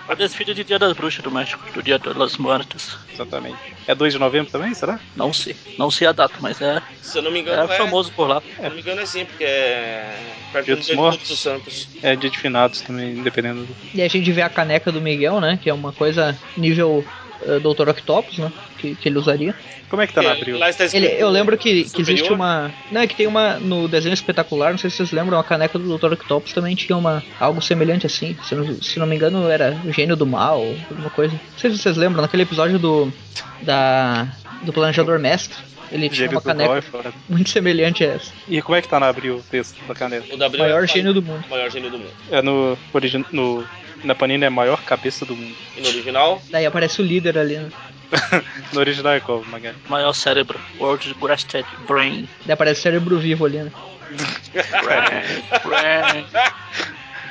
É desfile de Dia das Bruxas do México, do Dia das Mortas.
Exatamente. É 2 de novembro também, será?
Não sei. Não sei a data, mas é,
Se eu não me engano,
é
é,
famoso por lá.
Se eu não me engano, é sim, porque é. Perto
Dia
do
dos
Dia de
Mortos.
Todos os Santos.
É dia de finados também, dependendo do...
E a gente vê a caneca do Miguel, né? Que é uma coisa nível eh, Dr. Octopus, né? Que, que ele usaria.
Como é que tá na
É,
abril?
lá está
Ele,
escrito
eu lembro que, que existe
superior.
uma. Não, é que tem uma. No desenho espetacular, não sei se vocês lembram, a caneca do Dr. Octopus também tinha uma algo semelhante assim. Se não, se não me engano, era o gênio do mal, alguma coisa. Não sei se vocês lembram, naquele episódio do. Da. Do Planejador Mestre. Ele tinha
Gêmeo
uma
do mal é
caneca
foda.
muito semelhante a essa.
E como é que tá na abril o texto da caneta?
O da Abril
Maior
é-
gênio do mundo.
maior gênio do mundo.
É no, origi- no na Panini é maior cabeça do mundo.
E no original,
Daí aparece o líder ali, né?
No original é qual, Magali?
Maior cérebro. World Grasted Brain.
Daí aparece o cérebro vivo ali, né?
Brain. Brain.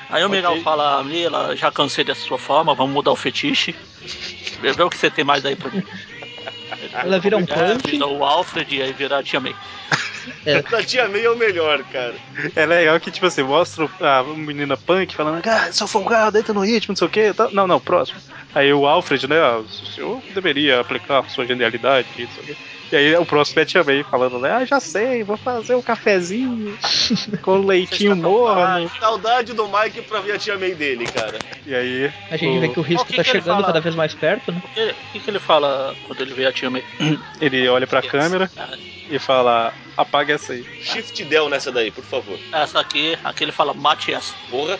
Aí o Miguel fala, Mila, já cansei dessa sua forma, vamos mudar o fetiche. Vê vê o que você tem mais aí pra mim.
Ah,
Ela vira um
É,
punch.
vira o Alfred e aí vira a Tia May.
É,
da Tia May é o melhor, cara.
É legal que, tipo assim, mostra a menina punk falando, ah, seu folgado, entra no ritmo, não sei o que. Não, não, próximo. Aí o Alfred, né, ah, o senhor deveria aplicar sua genialidade, não sei o quê. E aí o próximo é Tia May falando, né, ah, já sei, vou fazer um cafezinho com leitinho morno.
Saudade do Mike pra ver a Tia May dele, cara.
E aí...
a gente
o-
vê que o risco
que
tá
que ele
chegando
fala?
cada vez mais perto, né?
O que, o que que ele fala quando ele vê a Tia May?
Ele olha pra
Yes.
câmera e fala, apaga essa aí.
Shift Del nessa daí, por favor.
Ah, Essa aqui, aqui ele fala, mate essa.
Porra.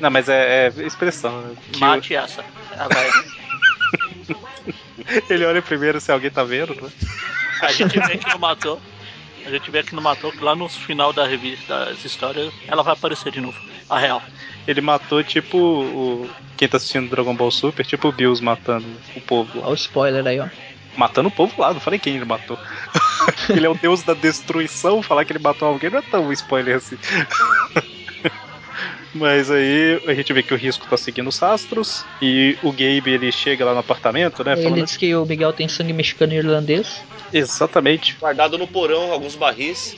Não, mas é, é expressão, né? Que o-
Mate essa. Ah, vai.
ele olha primeiro se alguém tá vendo, né?
A gente vê que não matou. A gente vê que não matou, que lá no final da revista, das histórias, ela vai aparecer de novo. A real.
Ele matou, tipo, o... Quem tá assistindo Dragon Ball Super, tipo o Bills matando o povo lá.
Olha o spoiler aí, ó.
matando o povo lá, não falei quem ele matou. ele é o deus da destruição, falar que ele matou alguém não é tão spoiler assim. Mas aí a gente vê que o risco tá seguindo os rastros e o Gabe ele chega lá no apartamento, né?
ele
Falando
diz que o Miguel tem sangue mexicano e irlandês.
exatamente.
Guardado no porão, alguns barris.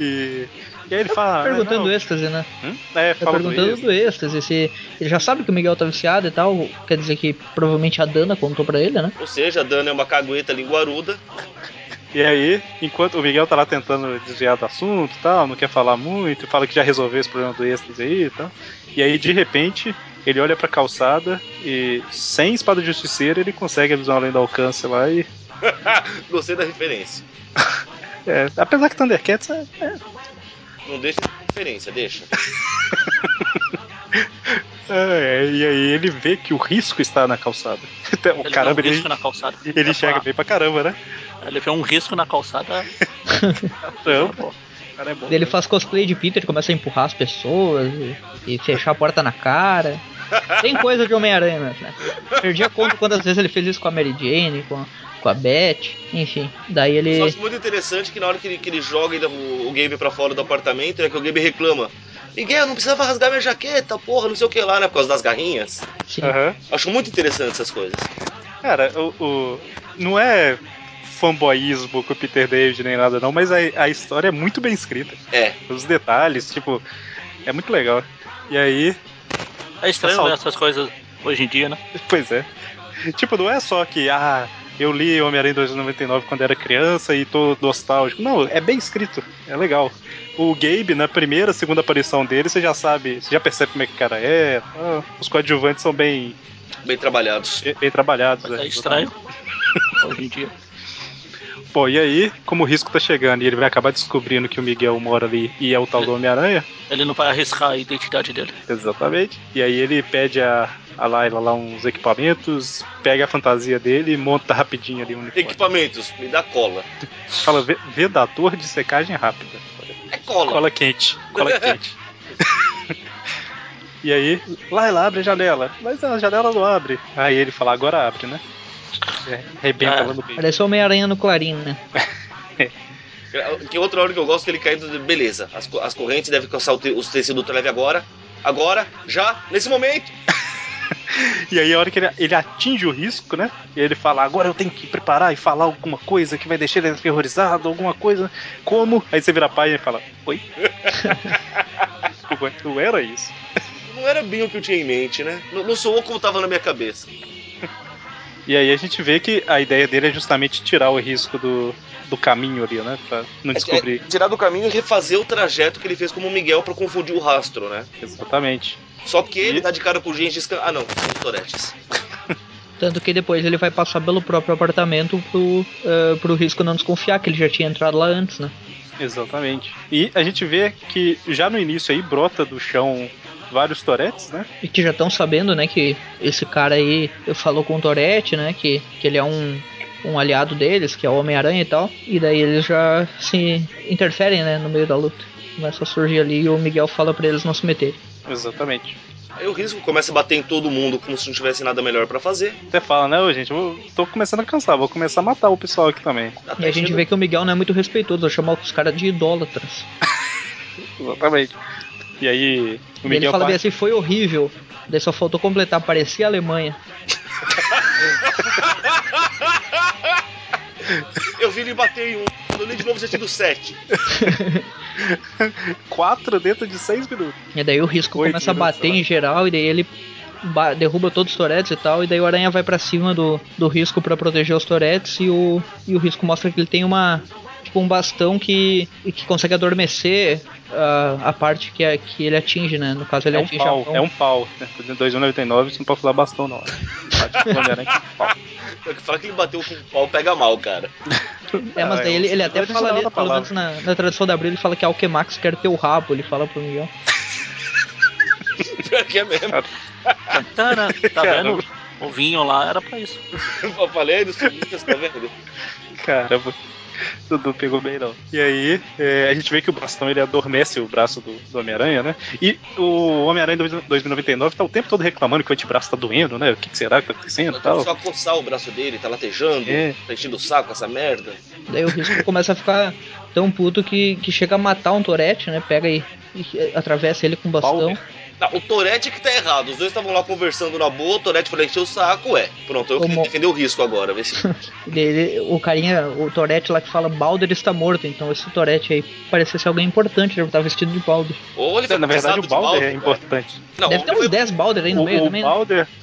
E, e aí ele fala.
Tá perguntando
né,
êxtase, né?
não, hum? É,
Tá
fala do
perguntando
êxtase.
do êxtase. Se ele já sabe que o Miguel tá viciado e tal. Quer dizer que provavelmente a Dana contou pra ele, né?
Ou seja, a Dana é uma cagueta linguaruda.
E aí, enquanto o Miguel tá lá tentando desviar do assunto e tal, não quer falar muito, fala que já resolveu esse problema do êxtase aí e tal. E aí, de repente, ele olha pra calçada e, sem espada justiceira, ele consegue a visão além do alcance lá e.
Gostei da referência.
é, apesar que Thundercats é.
Não deixa de referência, deixa.
é, é, e aí ele vê que o risco está na calçada. Então,
Ele
caramba,
vê um
ele,
risco na calçada.
ele
Ele
enxerga
fala,
bem pra caramba, né?
"Ah, Ele vê um risco na calçada.
Então, pô, o cara é bom.
Daí Ele faz cosplay de Peter, começa a empurrar as pessoas e, e fechar a porta na cara. Tem coisa de Homem-Aranha, né? Perdi a conta quantas vezes ele fez isso com a Mary Jane, com a, com a Beth, enfim. Daí
Só
ele.
acho muito interessante que na hora que ele, que ele joga ainda o, o Gabe pra fora do apartamento, é que o Gabe reclama. Miguel, não precisava rasgar minha jaqueta, porra, não sei o que lá, né? Por causa das garrinhas.
Sim,
Aham.
Acho muito interessante essas coisas.
Cara, o, o- não é fanboyismo com o Peter David nem nada não, mas a, a história é muito bem escrita.
É.
Os detalhes, tipo, é muito legal. E aí,
É estranho
Assalto.
ver essas coisas hoje em dia, né?
pois é. Tipo, não é só que, ah, eu li Homem-Aranha 299 quando era criança e tô nostálgico. Não, é bem escrito, é legal. O Gabe, na primeira, segunda aparição dele, você já sabe, você já percebe como é que o cara é. tá? Os coadjuvantes são bem,
Bem trabalhados.
bem trabalhados.
Mas
né?
é estranho. Hoje em dia.
Bom, e aí, como o risco tá chegando e ele vai acabar descobrindo que o Miguel mora ali e é o tal do Homem-Aranha,
Ele não vai arriscar a identidade dele.
exatamente, e aí ele pede a, a Laila lá uns equipamentos, pega a fantasia dele e monta rapidinho ali o uniforme.
Equipamentos, me dá cola.
Fala "Ve- vedador de secagem rápida.
É cola.
Cola quente, cola quente. E aí, Laila, abre a janela. Mas a janela não abre. Aí ele fala, agora abre, né? É, Arrebenta
Ah.
lá no meio.
parece o Homem-Aranha no Clarim, né?
Que outra hora que eu gosto que ele cai do... Beleza, as, co- as correntes devem calçar o te- os tecidos ultraleve agora. Agora, já, nesse momento.
E aí a hora que ele, ele atinge o risco, né? E ele fala, agora eu tenho que preparar e falar alguma coisa que vai deixar ele aterrorizado, alguma coisa. Como? Aí você vira a página e fala, oi? Ué, Não era isso.
Não era bem o que eu tinha em mente, né? Não, não soou como tava na minha cabeça.
E aí a gente vê que a ideia dele é justamente tirar o risco do, do caminho ali, né? Pra não descobrir.
É, é, tirar do caminho e refazer o trajeto que ele fez como o Miguel pra confundir o rastro, né?
Exatamente.
Só que ele
E-
dá de cara com o Gengis Khan. Ah, não, são os Toretes.
Tanto que depois ele vai passar pelo próprio apartamento pro, eh, pro risco não desconfiar, que ele já tinha entrado lá antes, né?
Exatamente. E a gente vê que já no início aí brota do chão vários Toretes, né?
E que já estão sabendo, né, que esse cara aí falou com o Toretti, né, que, que ele é um, um aliado deles, que é o Homem-Aranha e tal. E daí eles já se interferem, né, no meio da luta. Começa a surgir ali e o Miguel fala pra eles não se meterem.
Exatamente.
Aí o risco começa a bater em todo mundo como se não tivesse nada melhor pra fazer.
Até fala, né, ô, gente, eu tô começando a cansar, vou começar a matar o pessoal aqui também.
Tá
E a gente vê que o Miguel não é muito respeitoso, vai chamar os caras de idólatras.
Exatamente. E aí o
E ele
Miguel
fala bem
parte,
assim, foi horrível. Daí só faltou completar, parecia a Alemanha.
Eu vi ele bater em um. Quando eu li de novo, já tinha do sete.
assim,
quatro dentro de seis minutos.
E daí o risco
Oito
começa a
minutos,
bater
eu
em geral, e daí ele ba- derruba todos os toretes e tal, e daí o Aranha vai pra cima do, do risco pra proteger os toretes, e o, e o risco mostra que ele tem uma. Tipo, um bastão que, e que consegue adormecer ah, a parte que, é- que ele atinge, né? No caso, ele
é um
atinge
pau,
a mão.
é um pau. Né? 2,99, você não pode falar bastão, não. Bate com o Homem-Aranha com um pau.
Fala que ele bateu com o pau, pega mal, cara.
É, mas
Ah,
daí
é
ele,
o-
ele
é o
até
original
fala ali,
da
pelo
palavra.
menos na, na tradução da Abril, ele fala que Alquemax quer teu rabo, ele fala pro Miguel.
Pior que é mesmo.
Ah.
Tantana, tá
Caramba.
vendo? O vinho lá era pra isso.
Eu falei dos Lucas, tá vendo?
Caramba. Dudu pegou bem, não. E aí, é, a gente vê que o bastão ele adormece o braço do, do Homem-Aranha, né? E o Homem-Aranha dois- 2099 tá o tempo todo reclamando que o antebraço tá doendo, né? O que, que será que tá acontecendo e
Ela
tal.
só coçar o braço dele, tá latejando,
É.
tá enchendo o saco essa merda.
Daí o risco começa a ficar tão puto que, que chega a matar um Torete, né? Pega e, e atravessa ele com um bastão.
Palmer.
Não, o Toretti que tá errado. Os dois estavam lá conversando na boa, o Toretti falou, encheu o saco, é. Pronto, eu
Ô,
queria
mo-
defender o risco agora, vê se.
E daí ele- o carinha, o Torete lá que fala Balder está morto, então esse Torete aí parecia ser alguém importante, ele tá vestido de Balder.
Ou ele foi
Na verdade, o
caçado de
Balder é
Balder.
importante.
Não,
Deve ter um
ou ele
uns
foi-
10 Balder aí no
Então, O,
meio
o
também, né?
Balder.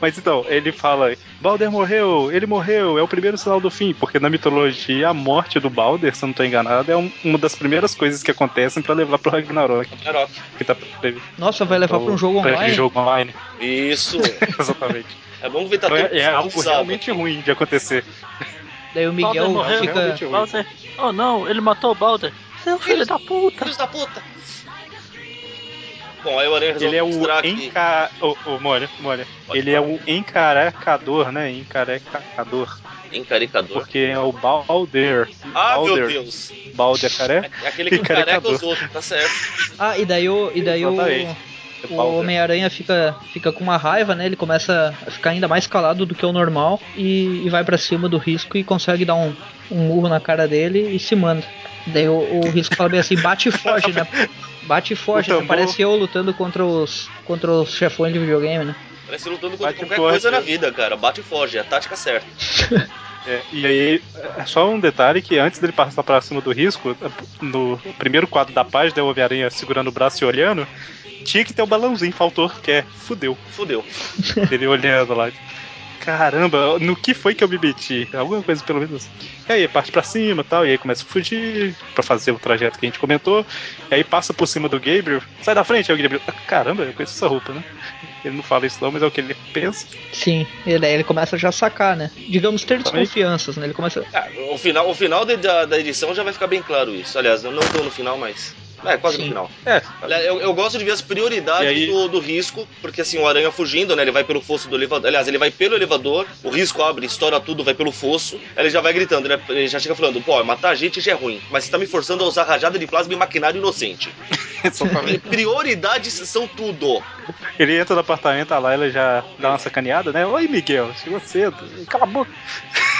Mas então, ele fala: Balder morreu, ele morreu, é o primeiro sinal do fim. Porque na mitologia, a morte do Balder, se eu não tô enganado, é um- uma das primeiras coisas que acontecem pra levar pro Ragnarok,
Ragnarok.
que tá previsto.
Nossa, vai levar
Então,
pra um jogo
pra
online?
jogo online.
Isso.
Exatamente.
É bom ver tá
Então
tudo
é, é algo
pensado.
realmente ruim de acontecer.
Daí o Miguel
Balder morreu,
fica.
realmente. Deixa eu ver.
Balder. Oh não, ele matou o Balder. Seu filho da puta.
Filhos da puta. Bom, aí o Aranha resolve
Ele é o
mostrar que...
enca... Ô, ô, Mônia, Mônia.
Pode
Ele é o encarecador, né? Encarecador.
Encaricador.
Porque é o Balder.
Ah, meu
Balder.
Deus.
Balder careca.
É Aquele que encareca
Encaricador.
os outros, tá certo.
Ah, e daí o. E daí o.
Exatamente. É
O
Balder.
Homem-Aranha fica, fica com uma raiva, né? Ele começa a ficar ainda mais calado do que o normal e, e vai pra cima do risco e consegue dar um, um murro na cara dele e se manda. Daí o, o risco fala bem assim, bate e foge, né? Bate e foge,
O
né?
tambor.
Parece eu lutando contra os contra os chefões de videogame, né?
Parece lutando contra
Bate
qualquer
forte. né?
coisa na vida, cara. Bate e foge, é a tática certa.
É, e aí, é só um detalhe que antes dele passar pra cima do risco, no primeiro quadro da página, né, o Homem-Aranha segurando o braço e olhando, tinha que ter o balãozinho, faltou, que é fudeu.
Fudeu.
Ele olhando lá. Caramba, no que foi que eu me meti? Alguma coisa pelo menos. assim. E aí parte pra cima e tal, e aí começa a fugir pra fazer o trajeto que a gente comentou. E aí passa por cima do Gabriel. Sai da frente, aí o Gabriel. "Ah, Caramba, eu conheço essa roupa, né? Ele não fala isso não, mas é o que ele pensa.
Sim, e daí ele começa já a sacar, né? Digamos ter
Exatamente.
desconfianças, né? Ele começa.
Ah, o final, o final de- da, da edição já vai ficar bem claro isso. Aliás, eu não tô no final, mas. É, quase no
Sim.
final.
É,
Aliás, Eu, eu gosto de ver as prioridades
E aí?
do, do risco, porque assim, o aranha fugindo, né? Ele vai pelo fosso do elevador. Aliás, ele vai pelo elevador, o risco abre, estoura tudo, vai pelo fosso. Aí Ele já vai gritando, né? Ele já chega falando, pô, matar a gente já é ruim, mas você tá me forçando a usar rajada de plasma e maquinário inocente.
exatamente.
Prioridades são tudo.
Ele entra no apartamento, a Laila já dá uma sacaneada, né? Oi, Miguel, chegou cedo. Cala a boca.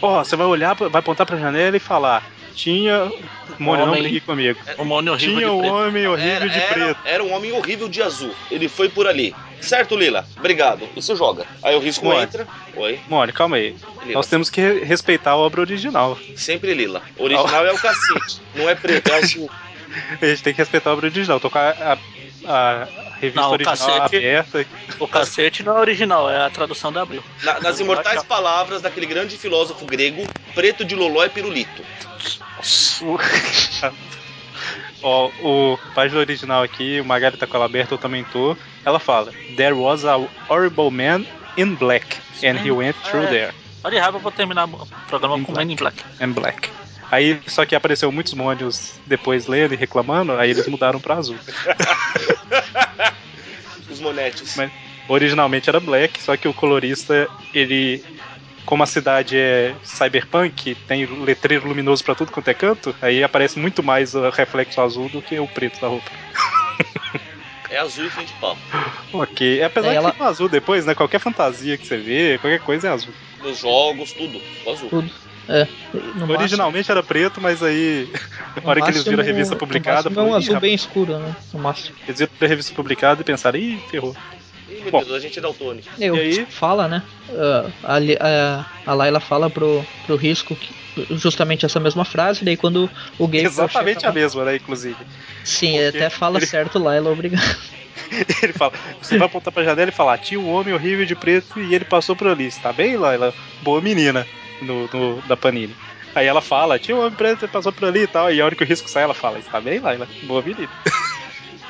Ó, você vai olhar, pra- vai apontar pra janela e falar: Tinha. Mônica, não
Homem.
brigue comigo.
É, O Mônio horrível
Tinha
de
um
preto.
homem horrível de
era,
preto.
era um homem horrível de azul. Ele foi por ali. Certo, Lila? Obrigado. Isso joga. Aí o risco
Ué.
entra. Oi,
Mônica, calma aí.
Lila.
Nós temos que re- respeitar a obra original.
Sempre Lila. O
Ah.
original é o cacete. Não é preto, é azul.
A gente tem que respeitar a obra original. Tô com a, a- a revista
Não,
original
cacete.
aberta.
O cacete não é original, é a tradução da Abril.
Na- nas imortais palavras daquele grande filósofo grego, preto de loló é pirulito.
Ó, o página original aqui, o Magali tá com ela aberta, eu também tô. Ela fala: There was a horrible man in black, and he went through
Ah, é.
there.
Olha de raiva pra terminar o programa com o Men in Black.
and black. Aí, só que apareceu muitos mônios depois lendo e reclamando, aí eles mudaram pra azul.
Os monetes.
Mas- Originalmente era Black, só que o colorista, ele. Como a cidade é cyberpunk, tem letreiro luminoso pra tudo quanto é canto, aí aparece muito mais o reflexo azul do que o preto da roupa.
É azul e fim de pau.
Ok. Apesar
É,
de
ela-
fica azul depois, né? Qualquer fantasia que você vê, qualquer coisa é azul.
Nos jogos, tudo. Ficou azul.
Tudo. É. No máximo-
Originalmente era preto, mas aí.
no
Na hora que eles viram a
máximo-
revista
no
publicada,
máximo É um
falou, "Ih,
azul
rapaz."
bem escuro, né? No máximo.
eles viram a revista publicada e pensaram, ih, ferrou.
Ih, meu
Bom.
Deus, a gente é daltônico.
Eu,
E aí?
Fala, né? Ah, a, Li- a, a Laila fala pro, pro Risco que- justamente essa mesma frase, daí quando o Gabe.
Exatamente a
mesma.
mesma, né? Inclusive.
Sim, ele até fala certo, Laila, obrigado.
Ele fala, você vai apontar pra janela e falar, tinha um homem horrível de preto e ele passou por ali, tá bem, Laila? Boa menina no, no- da Panini. Aí ela fala, tinha um homem preto e passou por ali e tal. E a hora que o risco sai, ela fala, está bem, Laila? Boa menina.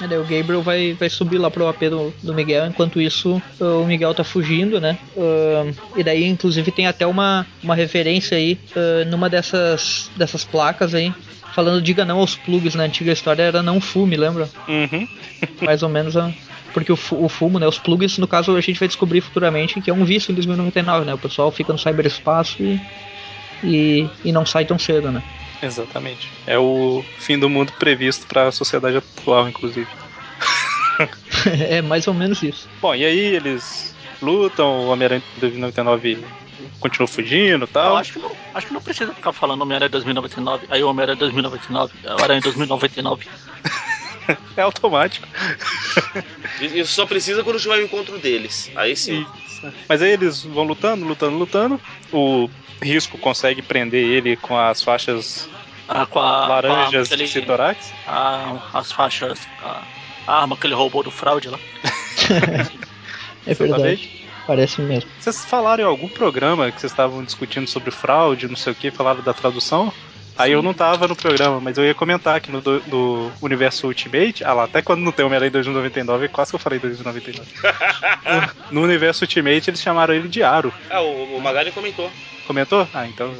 E daí o Gabriel vai, vai subir lá pro AP do, do Miguel, enquanto isso ah, o Miguel tá fugindo, né? Ahn, e daí, inclusive, tem até uma, uma referência aí ah, numa dessas, dessas placas aí. Falando, diga não aos plugs, na antiga história era não fume, lembra?
Uhum.
mais ou menos a- porque o, fu- o fumo, né, os plugs, no caso a gente vai descobrir futuramente que é um vício em 2099, né? O pessoal fica no cyberespaço e e, e não sai tão cedo, né?
Exatamente. É o fim do mundo previsto pra sociedade atual, inclusive.
é mais ou menos isso.
Bom, e aí eles lutam, o Homem-Aranha de 99 continua fugindo e
Eu
tal.
acho que, não, acho que não precisa ficar falando Homem-Aranha 2099, aí Homem-Aranha 2099, é, Aranha 2099.
É automático.
Isso só precisa quando tiver o encontro deles. Aí sim.
Isso. Mas aí eles vão lutando, lutando, lutando. O Risco consegue prender ele com as faixas
Ah, com a,
laranjas
com a,
de
aquele-
Citorax.
a- as faixas, a, a arma que ele roubou do fraude lá.
É verdade. Parece mesmo.
Vocês falaram em algum programa que vocês estavam discutindo sobre fraude, não sei o que, falaram da tradução? Aí eu não tava no programa, mas eu ia comentar que no do, do Universo Ultimate, ah lá, até quando não tem Homem-Aranha 2099, quase que eu falei 2099. no Universo Ultimate eles chamaram ele de Aro.
Ah, o, o Magali comentou.
Comentou? Ah, então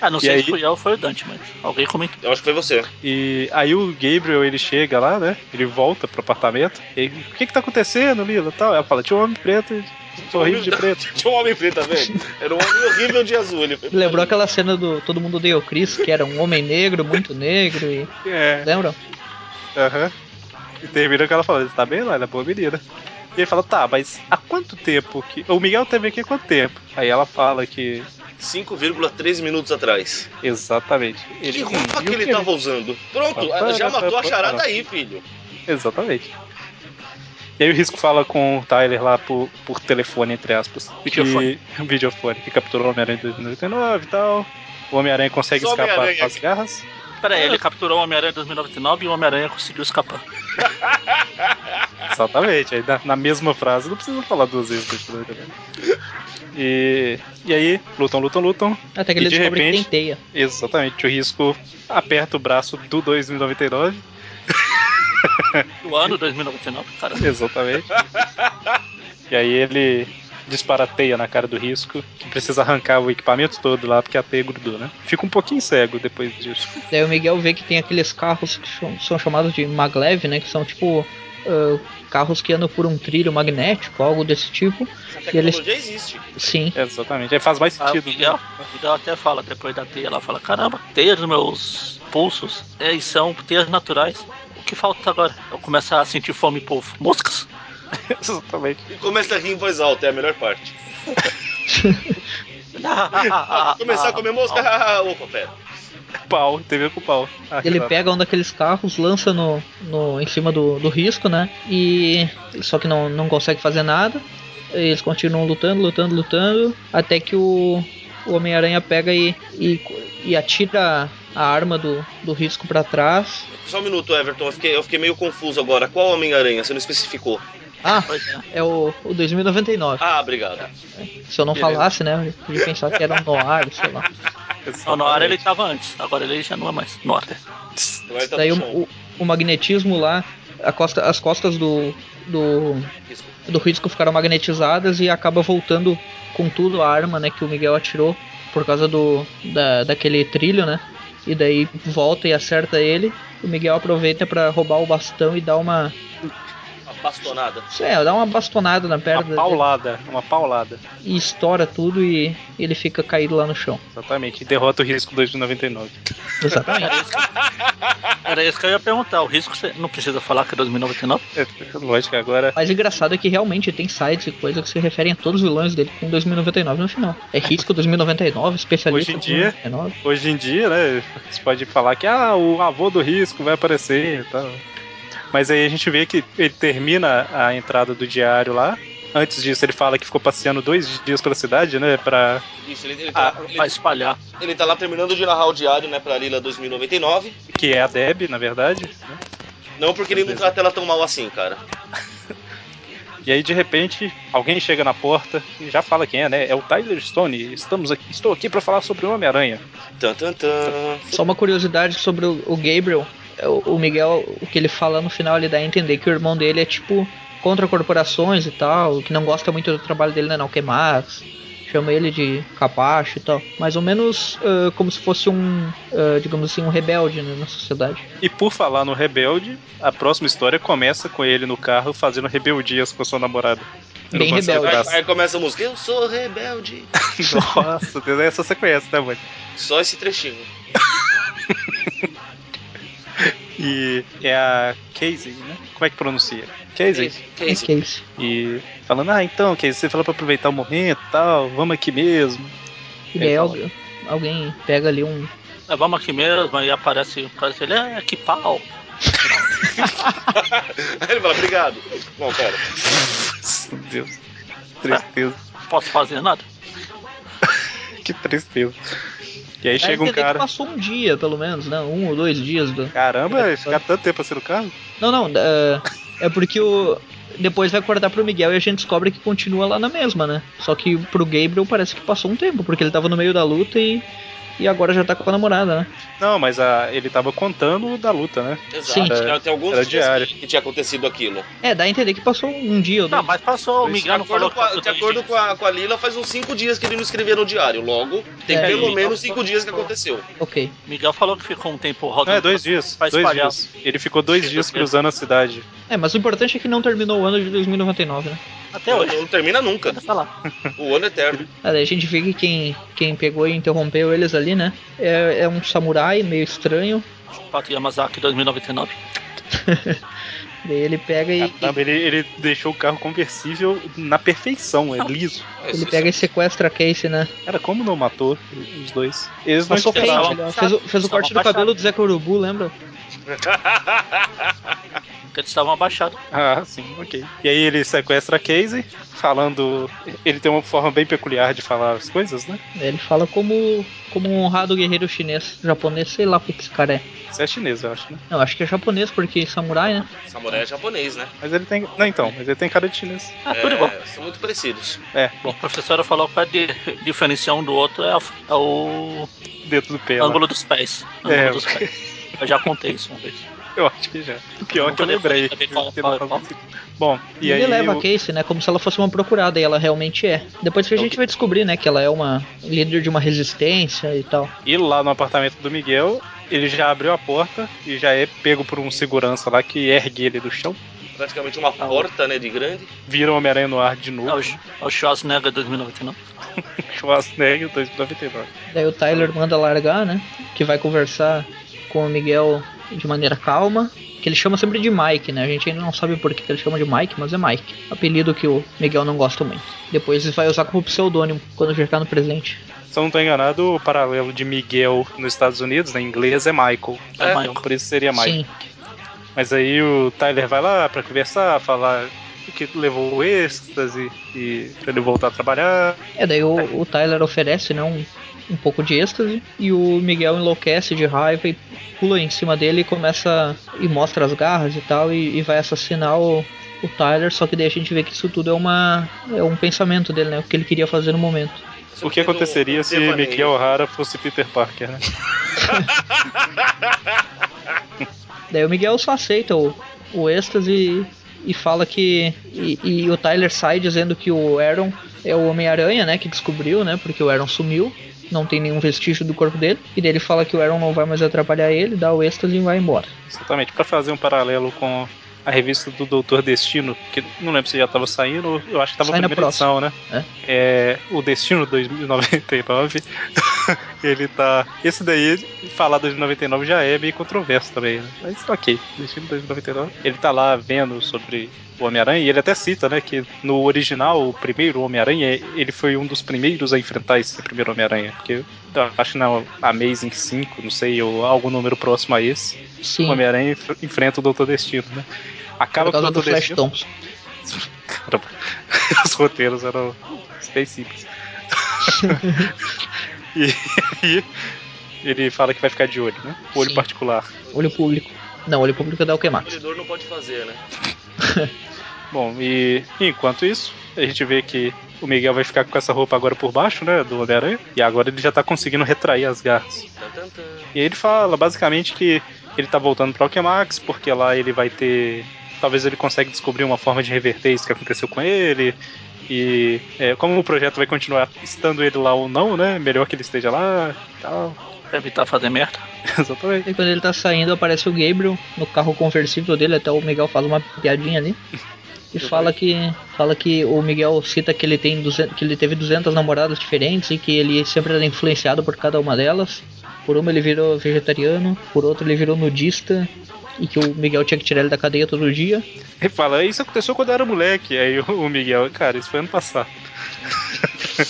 Ah, não
E
sei
aí?
se foi eu ou foi o Dante, mas alguém comentou.
Eu acho que foi você.
E aí o Gabriel ele chega lá, né? Ele volta pro apartamento. E ele, o que que tá acontecendo, Lila? Tal. Ela fala, tinha um homem preto, sorriso de preto.
Tinha um homem preto, tá vendo? Era um homem horrível de azul. Ele foi...
Lembrou aquela cena do Todo Mundo Odeia o Chris, que era um homem negro, muito negro e...
É,
Lembram?
aham. E termina que ela fala, tá bem lá, ela é boa menina. E ele fala, tá, mas há quanto tempo que. O Miguel teve aqui há quanto tempo? Aí ela fala que.
5,3 minutos atrás.
Exatamente. Ele,
que
"Hum,
roupa
e
que
o
ele
que
tava usando? Pronto,
Ah,
já
ah,
matou
ah,
a charada
ah.
aí, filho.
Exatamente. E aí o Risco fala com o Tyler lá por, por telefone, entre aspas.
Videofone.
Que, videofone, que capturou o Homem-Aranha em 2099 e tal. O Homem-Aranha consegue
Só
escapar
Homem-Aranha.
com as garras.
Pera aí, ele capturou o Homem-Aranha 2099 e o Homem-Aranha conseguiu escapar.
Exatamente. Aí na, na mesma frase, não precisa falar duas vezes. né? E, e aí, lutam, lutam, lutam.
Até que
E
ele
de
descobre que
repente-
tem teia.
Exatamente. O Risco aperta o braço do 2099.
O ano 2099, cara.
Exatamente. e aí ele dispara a teia na cara do risco, que precisa arrancar o equipamento todo lá, porque a teia grudou, né? Fica um pouquinho cego depois disso.
Daí o Miguel vê que tem aqueles carros que cham- são chamados de maglev, né? Que são tipo ah, carros que andam por um trilho magnético, algo desse tipo.
Essa
E eles-
tecnologia existe.
Sim.
Exatamente. Aí faz mais
Ah, o
sentido.
Miguel,
né?
o Miguel até fala depois da teia lá, fala, caramba, teias nos meus pulsos é, e são teias naturais. O que falta agora? Eu começo a sentir fome por moscas.
Exatamente.
E começa a rir em voz alta, é a melhor parte.
Ah,
Ah, Começar a comer mosca, opa, pera.
Pau, teve com pau. Ah,
Ele
cara.
pega um daqueles carros, lança no, no em cima do, do risco, né? E só que não, não consegue fazer nada. Eles continuam lutando, lutando, lutando, até que o, o Homem-Aranha pega e, e, e atira a arma do, do risco pra trás.
Só um minuto, Everton, eu fiquei, eu fiquei meio confuso agora. Qual Homem-Aranha? Você não especificou.
Ah,
Pois é.
é o, o 2099.
Ah, obrigado.
Se eu não
beleza.
falasse, né? Eu podia pensar que era um Noir, sei lá.
Não,
Exatamente.
no ar ele tava antes, agora ele já não é mais. No ar.
Agora ele tá
Daí um-
no
o,
chão.
o, o magnetismo lá, a costa, as costas do, do, do risco ficaram magnetizadas e acaba voltando com tudo a arma né, que o Miguel atirou por causa do da, daquele trilho, né? E daí volta e acerta ele. O Miguel aproveita pra roubar o bastão e dá uma.
A Bastonada.
Isso é, dá uma bastonada na perna
Uma paulada, uma paulada.
dele e estoura tudo e ele fica caído lá no chão.
Exatamente. E derrota o risco 2 de 99.
Exatamente.
Era isso que eu ia perguntar. O risco você não precisa falar que é 2099?
É, lógico, agora.
Mas engraçado é que realmente tem sites e coisas que se referem a todos os vilões dele com 2099 no final. É risco 2099, especialista
Hoje em dia-
2099.
Hoje em dia, né? Você pode falar que ah, o avô do risco vai aparecer e tal. Mas aí a gente vê que ele termina a entrada do diário lá. Antes disso, ele fala que ficou passeando dois dias pela cidade, né? Pra.
Isso, ele, ele,
Ah,
tá,
pra
ele,
espalhar.
ele tá lá terminando de narrar o diário, né, pra Lila 2099.
Que é a Deb, na verdade. né?
Não porque ele não trata ela tão mal assim, cara.
E aí, de repente, alguém chega na porta e já fala quem é, né? É o Tyler Stone. Estamos aqui, estou aqui pra falar sobre o Homem-Aranha.
Tan, tan, tan.
Só uma curiosidade sobre o, o Gabriel. É, O, o Miguel, o que ele fala no final, ele dá a entender que o irmão dele é tipo contra corporações e tal, que não gosta muito do trabalho dele né, na Nalquemax. é Chama ele de capacho e tal. Mais ou menos ah, como se fosse um, ah, digamos assim, um rebelde né, na sociedade.
E por falar no Rebelde, a próxima história começa com ele no carro fazendo rebeldias com a sua namorada. Eu
Bem
não consigo
rebelde.
lembrar.
Aí, aí começa a música, eu sou rebelde.
Nossa, Deus, essa você conhece, né, mano?
Só esse trechinho.
E é a Casey, né? Como é que pronuncia? Casey.
Que isso?
É isso.
E falando, ah, então, Casey, você falou pra aproveitar o momento e tal, vamos aqui mesmo.
E daí
É,
algu- alguém pega ali um.
É, vamos aqui mesmo, aí aparece, aparece ele, é que pau.
Aí ele fala, obrigado. Não, pera.
Nossa, Deus. Tristeza.
Posso fazer nada?
Que tristeza. E aí
Dá a
chega um
entender que
cara.
Passou um dia, pelo menos, né? Um ou dois dias do,
Caramba, ficar tanto tempo assim no carro?
Não, não. é- é porque o. Depois vai cortar pro Miguel e a gente descobre que continua lá na mesma, né? Só que pro Gabriel parece que passou um tempo, porque ele tava no meio da luta e. E agora já tá com a namorada, né?
Não, mas a, ele tava contando da luta, né?
Exato.
Sim.
Tem- Tem alguns
Era
dias
diário.
que tinha acontecido aquilo.
É, dá a entender que passou um dia ou
Não,
dois.
mas passou, o
Mas
de
Miguel não
acordo,
falou
com a,
que
de
passou
acordo
dois
com, a, com a Lila, faz uns cinco dias que ele não escreveu no diário. Logo, tem
É,
pelo
e-
menos cinco dias que aconteceu.
Ok.
dias. Miguel falou que ficou um tempo rodando.
Não, é dois dias.
Pra
Dois
espalhar.
dias. Ele ficou dois dias cruzando a cidade.
É, mas o importante é que não terminou o ano de 2099, né?
Até hoje.
Não termina nunca.
Deixa eu falar.
O ano é eterno.
Ah, daí a gente vê que quem, quem pegou e interrompeu eles ali, né? É, é um samurai meio estranho.
Pato Yamazaki 2099.
Daí ele pega e.
Caramba, ele, ele deixou o carro conversível na perfeição, é liso.
Ele pega e sequestra a Casey, né?
Cara, como não matou os dois? Eles não
Passou pente,
esperavam.
tava
ele, ó.
baixado.
fez o, fez o
Tava
corte do
baixado.
cabelo do Zé Urubu, lembra?
Porque eles estavam abaixados.
Ah, sim, ok. E aí ele sequestra a Casey, falando. Ele tem uma forma bem peculiar de falar as coisas, né?
Ele fala como, como um honrado guerreiro chinês, japonês, sei lá o que que esse cara é.
Você é chinês, eu acho, né?
Não, acho que é japonês, porque samurai, né?
Samurai é japonês, né?
Mas ele tem. Não, então, mas ele tem cara de chinês.
É, tudo igual.
são muito parecidos.
É, bom,
Bom, a professora falou que pra di- diferenciar um do outro é, a- é o
dentro do né? pé. lá.
ângulo dos pés. Ângulo
É.
dos pés. Eu já contei isso uma vez.
Eu acho que já. O pior é que eu
Nunca
lembrei.
lembrei. Fala,
que não
fala,
faz sentido. Bom, e aí.
ele leva
o-
a Casey, né? Como se ela fosse uma procurada, e ela realmente é. Depois que a gente vai descobrir, né, que ela é uma líder de uma resistência e tal.
E lá no apartamento do Miguel, ele já abriu a porta e já é pego por um segurança lá que ergue ele do chão.
Praticamente uma porta, né, de grande.
Vira o Homem-Aranha no ar de
É
novo.
o, Sch- é o Schwarzenegger 2099.
Schwarzenegger 299.
Daí o Tyler manda largar, né? Que vai conversar com o Miguel de maneira calma. Que ele chama sempre de Mike, né? A gente ainda não sabe por que que ele chama de Mike, mas é Mike. Apelido que o Miguel não gosta muito. Depois ele vai usar como pseudônimo quando chegar no presente.
Se eu não tô enganado, o paralelo de Miguel nos Estados Unidos, né, em inglês, é Michael.
É,
É.
Então
Michael.
por isso seria Michael.
Sim.
Mas aí o Tyler vai lá pra conversar, falar o que levou o êxtase e pra ele voltar a trabalhar.
É, daí o, o Tyler oferece, né, um, um pouco de êxtase, e o Miguel enlouquece de raiva e pula em cima dele e começa e mostra as garras e tal, e, e vai assassinar o, o Tyler, só que daí a gente vê que isso tudo é uma é um pensamento dele, né, o que ele queria fazer no momento.
O que aconteceria se é
Devaneio.
Miguel O'Hara fosse Peter Parker, né?
Daí o Miguel só aceita o, o êxtase e, e fala que... E, e o Tyler sai dizendo que o Aaron é o Homem-Aranha, né, que descobriu, né, porque o Aaron sumiu. Não tem nenhum vestígio do corpo dele. E daí ele fala que o Aaron não vai mais atrapalhar ele, dá o êxtase e vai embora.
Exatamente, pra fazer um paralelo com a revista do Doutor Destino, que não lembro se já tava saindo, ou eu acho que tava
Sai
na
na
primeira edição, né?
É.
É, o Destino 2099, ele tá. Esse daí, falar 2099 já é meio controverso também, né? Mas ok, Destino 2099. Ele tá lá vendo sobre o Homem-Aranha, e ele até cita, né, que no original, o primeiro Homem-Aranha, ele foi um dos primeiros a enfrentar esse primeiro Homem-Aranha, porque eu acho que na Amazing 5, não sei, ou algum número próximo a esse
Sim,
o Homem-Aranha enf- enfrenta o Doutor Destino, né? Acaba com
por
o
causa do
Doutor
Flash
Destino.
Thompson.
Caramba, os roteiros eram bem simples. e aí ele fala que vai ficar de olho, né? O olho
Sim.
particular.
Olho público. Não, olho público é
O
da Alquemax.
Demolidor não pode fazer, né?
Bom, e enquanto isso, a gente vê que o Miguel vai ficar com essa roupa agora por baixo, né? Do Homem-Aranha. E agora ele já tá conseguindo retrair as garras.
Tan, tan, tan.
E aí ele fala basicamente que ele tá voltando pra Alquemax, porque lá ele vai ter. Talvez ele consiga descobrir uma forma de reverter isso que aconteceu com ele. E é, como o projeto vai continuar estando ele lá ou não, né? Melhor que ele esteja lá e tal.
Pra evitar fazer tá merda.
Exatamente.
E quando ele tá saindo, aparece o Gabriel no carro conversível dele, até o Miguel faz uma piadinha ali. E
Eu
fala que, fala que o Miguel cita que ele, tem 200, que ele teve 200 namoradas diferentes e que ele sempre era influenciado por cada uma delas. Por uma ele virou vegetariano, por outra ele virou nudista e que o Miguel tinha que tirar ele da cadeia todo dia.
Ele fala, "É, isso aconteceu quando eu era moleque. Aí o o Miguel, cara, isso foi ano passado.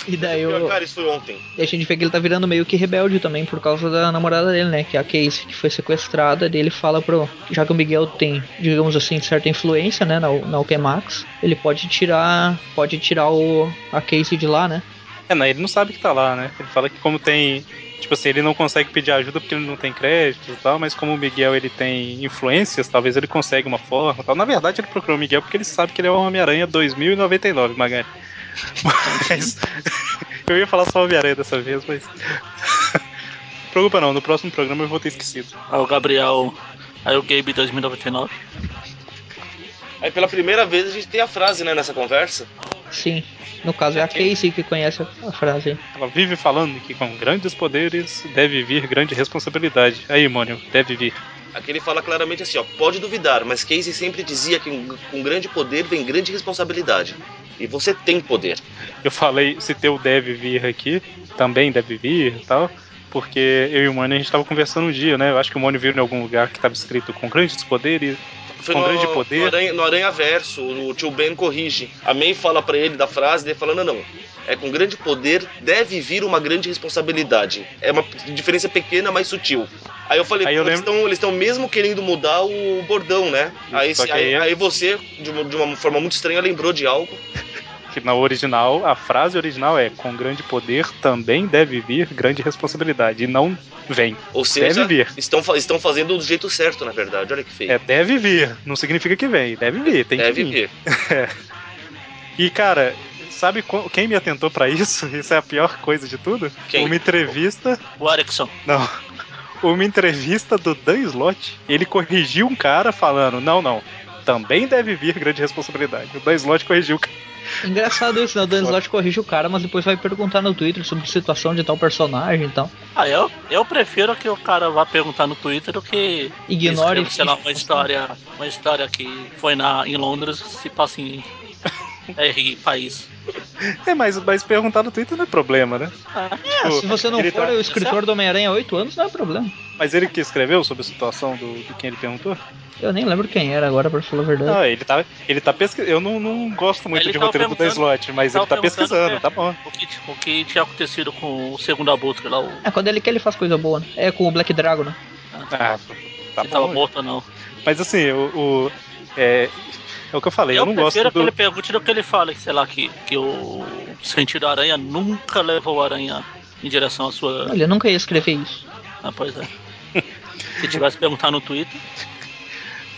E daí
Pior,
eu,
cara, isso foi ontem.
E a gente vê que ele tá virando meio que rebelde também por causa da namorada dele, né? Que é a Casey, que foi sequestrada. Daí ele fala pro. Já que o Miguel tem, digamos assim, certa influência, né? Na, na Alquemax, ele pode tirar. Pode tirar o, a Casey de lá, né?
É, não, ele não sabe que tá lá, né? Ele fala que como tem. Tipo assim, ele não consegue pedir ajuda porque ele não tem crédito e tal, mas como o Miguel ele tem influências, talvez ele consiga uma forma e tal. Na verdade, ele procurou o Miguel porque ele sabe que ele é o Homem-Aranha 2099, Magari. Mas. eu ia falar só Homem-Aranha dessa vez, mas. Preocupa não, no próximo programa eu vou ter esquecido.
Aí o Gabriel. Aí o Gabe 2099.
Aí pela primeira vez a gente tem a frase, né, nessa conversa.
Sim. No caso é a Casey que conhece a frase.
Ela vive falando que com grandes poderes deve vir grande responsabilidade. Aí, Mônio, deve vir.
Aqui ele fala claramente assim, ó, pode duvidar, mas Casey sempre dizia que um, com grande poder vem grande responsabilidade. E você tem poder.
Eu falei, citei o deve vir aqui, também deve vir e tal, porque eu e o Mônio a gente tava conversando um dia, né? Eu acho que o Mônio viu em algum lugar que tava escrito com grandes poderes.
Foi
Com
no,
grande poder.
No Aranha, no Aranha Verso, o tio Ben corrige. A May fala pra ele da frase, ele fala, não, não. É com grande poder deve vir uma grande responsabilidade. É uma diferença pequena, mas sutil. Aí eu falei,
Aí eu
"Pô, eles
lembro-
estão eles estão mesmo querendo mudar o bordão, né?
Isso,
Aí,
só que
aí,
aí- é
aí você, de uma, de uma forma muito estranha, lembrou de algo.
Que na original, a frase original é: com grande poder também deve vir grande responsabilidade. E não vem.
Ou seja,
Deve vir.
Estão, fa- estão fazendo do jeito certo, na verdade. Olha que feio.
É deve vir. Não significa que vem. Deve vir. Tem
deve
que vir.
vir.
E cara, sabe qu- quem me atentou pra isso? Isso é a pior coisa de tudo?
Quem?
Uma entrevista
O Erickson.
Não. Uma entrevista do Dan Slott, ele corrigiu um cara falando: não, não, também deve vir grande responsabilidade. O Dan Slott corrigiu o cara.
Engraçado isso, né? O Dan Slott corrige o cara, mas depois vai perguntar no Twitter sobre situação de tal personagem e tal.
Ah, eu, eu prefiro que o cara vá perguntar no Twitter do que
Ignore.
escreva, sei lá, uma história, uma história que foi na, em Londres se passa em R país.
É, mas, mas perguntar no Twitter não é problema, né?
Ah, se você não
Ele
for
tá-
o escritor do Homem-Aranha há 8 anos, não é problema.
Mas ele que escreveu sobre a situação do, do quem ele perguntou?
Eu nem lembro quem era agora, pra falar a verdade.
Não, ele tá, ele tá pesquisando. Eu não, não gosto muito de
Ele tava
roteiro do Dan
perguntando-
Slott, mas
tava
ele tá
perguntando,
pesquisando,
é.
tá bom.
O que, o que tinha acontecido com o segundo abutre lá, o né?
É, quando ele quer, ele faz coisa boa, né? É com o Black Dragon, né?
Ah, tá
que tava
bom.
morto ou não.
Mas assim, o. o- é, é o que eu falei, eu,
eu
não gosto
prefiro
do.
que ele pergunte do que ele fale, sei lá, que, que o sentido aranha nunca levou o aranha em direção à sua.
Olha, eu nunca ia escrever isso.
Ah, pois é. Se tivesse perguntar no Twitter,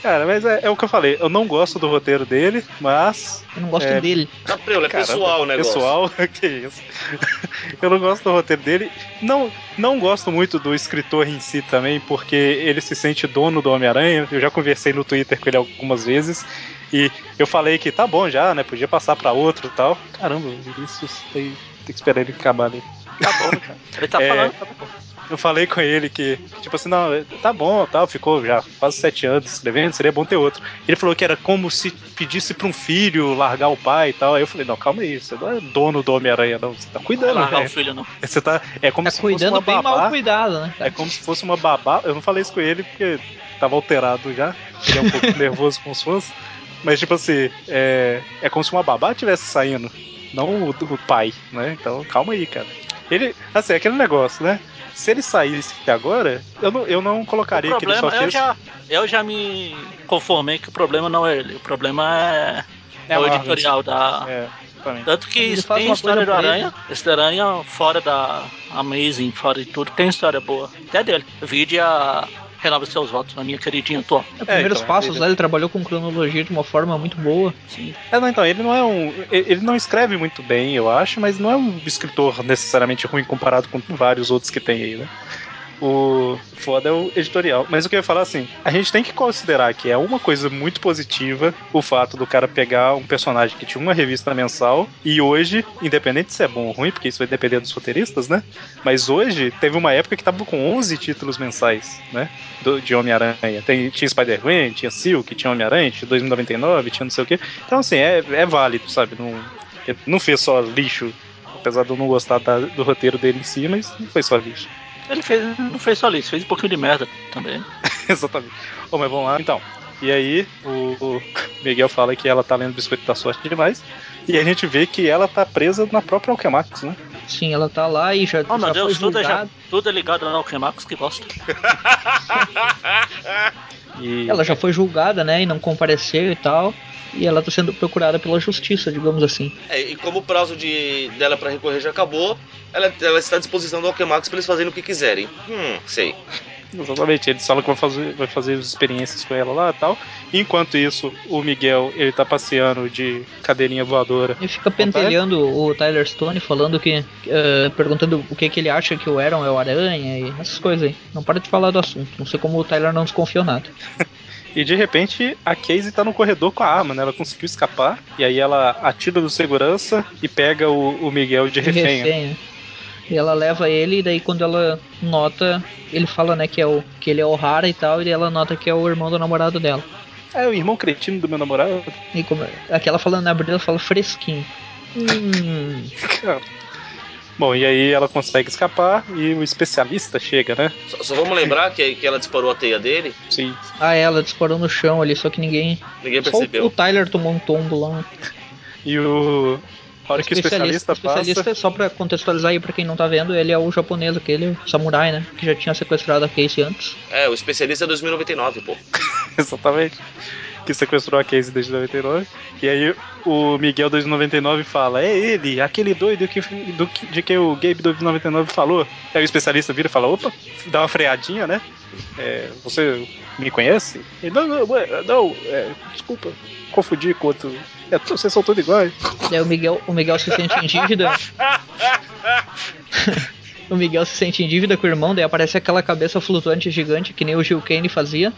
Cara, mas é, é o que eu falei, eu não gosto do roteiro dele, mas
Eu não gosto
É.
dele.
Tá preula, é
Caramba,
pessoal o negócio.
Pessoal, que isso. Eu não gosto do roteiro dele. Não, não gosto muito do escritor em si também, porque ele se sente dono do Homem-Aranha. Eu já conversei no Twitter com ele algumas vezes. E eu falei que tá bom já, né? Podia passar pra outro e tal. Caramba, o Vinícius tem, tem que esperar ele acabar ali.
tá bom. Ele tá
É.
falando, tá bom.
Eu falei com ele que, tipo assim, não, tá bom, tal, ficou já quase sete anos escrevendo, seria bom ter outro. Ele falou que era como se pedisse pra um filho largar o pai e tal. Aí eu falei, não, calma aí, você não é dono do Homem-Aranha, não. Você tá cuidando,
largar
né?
o filho, não.
Você tá. É como
Tá
se fosse
cuidando
uma
bem mal
babá.
cuidado, né?
É como se fosse uma babá. Eu não falei isso com ele porque tava alterado já. Ele é um pouco nervoso com os fãs. Mas, tipo assim, é, é como se uma babá estivesse saindo, não o, o pai, né? Então, calma aí, cara. Ele, assim, é aquele negócio, né? Se ele saísse agora, eu não, eu não colocaria
o
que ele só
problema, é eu
fez.
já, eu já me conformei que o problema não é ele, o problema é,
É
é o
a Marvel.
editorial da.
É, exatamente.
Tanto que
Ele
isso
faz
tem
uma
história do
coisa pra
Aranha, esse Aranha fora da Amazing, fora de tudo, tem história boa. Até dele. Vide a ah, Renova Seus Votos, na minha queridinha atual.
É, primeiros
então,
passos
ele-
lá, ele trabalhou com cronologia de uma forma muito boa.
É, não, então, ele não é um. Ele ele não escreve muito bem, eu acho, mas não é um escritor necessariamente ruim comparado com vários outros que tem aí, né? O foda é o editorial. Mas o que eu ia falar assim, a gente tem que considerar que é uma coisa muito positiva o fato do cara pegar um personagem que tinha uma revista mensal e hoje, independente se é bom ou ruim, porque isso vai depender dos roteiristas, né? Mas hoje teve uma época que tava com 11 títulos mensais, né? Do- de Homem-Aranha. Tem- Tinha Spider-Man, tinha Silk, tinha Homem-Aranha, tinha 2099, tinha não sei o quê. Então, assim, é, é válido, sabe? Não, ele não fez só lixo. Apesar de eu não gostar da- do roteiro dele em si, mas não foi só lixo.
Ele fez, não fez só isso, fez um pouquinho de merda também.
Exatamente. Ô, mas vamos lá, então. E aí, o, o Miguel fala que ela tá lendo Biscoito da Sorte demais. E a gente vê que ela tá presa na própria Alquemax, né?
Sim, ela tá lá e já,
Oh meu
já
Deus,
foi
tudo é,
julgada.
já, tudo é ligado ao Alquemax que gosta.
E
Ela já foi julgada, né? E não compareceu e tal. E ela tá sendo procurada pela justiça, digamos assim.
É, e como o prazo de, dela pra recorrer já acabou, ela, ela está à disposição do Alquemax pra eles fazerem o que quiserem. Hum, sei.
Exatamente, eles falam que vai fazer, vai fazer as experiências com ela lá e tal. Enquanto isso, o Miguel, ele tá passeando de cadeirinha voadora.
E fica pentelhando o Tyler Stone, falando que. eh, perguntando o que, que ele acha que o Aaron é o Aranha e essas coisas aí. Não para de falar do assunto. Não sei como o Tyler não desconfiou nada.
E de repente, a Casey tá no corredor com a arma, né? Ela conseguiu escapar. E aí ela atira no segurança e pega o, o Miguel de refém. né?
Refém, é. E ela leva ele, e daí quando ela nota, ele fala, né, que, é o, que ele é o Hara e tal, e ela nota que é o irmão do namorado dela.
É o irmão cretino do meu namorado.
E como, aquela falando na abril, ela fala fresquinho. Hum,
Bom, e aí ela consegue escapar e o especialista chega, né?
Só, só vamos lembrar que, que ela disparou a teia dele,
Sim.
ah, ela disparou no chão ali, só que ninguém.
ninguém
um
Só o, o
percebeu.
Tyler tomou um tombo lá.
E o. A hora que o especialista,
especialista,
passa.
só pra contextualizar aí pra quem não tá vendo, ele é o japonês, aquele samurai, né? Que já tinha sequestrado a Casey antes.
É, o especialista é 2099, pô.
Exatamente. Que sequestrou a Casey desde 99. E aí o Miguel desde 99 fala: É ele, aquele doido que, do que- de que o Gabe do 99 falou. Aí o especialista vira e fala: opa, dá uma freadinha, né? É, você me conhece? Ele, não, não, ué, não é, desculpa, confundi com outro. É, vocês são todos iguais.
Daí o Miguel, o Miguel se sente em dívida. o Miguel se sente em dívida com o irmão, daí aparece aquela cabeça flutuante gigante que nem o Gil Kane fazia.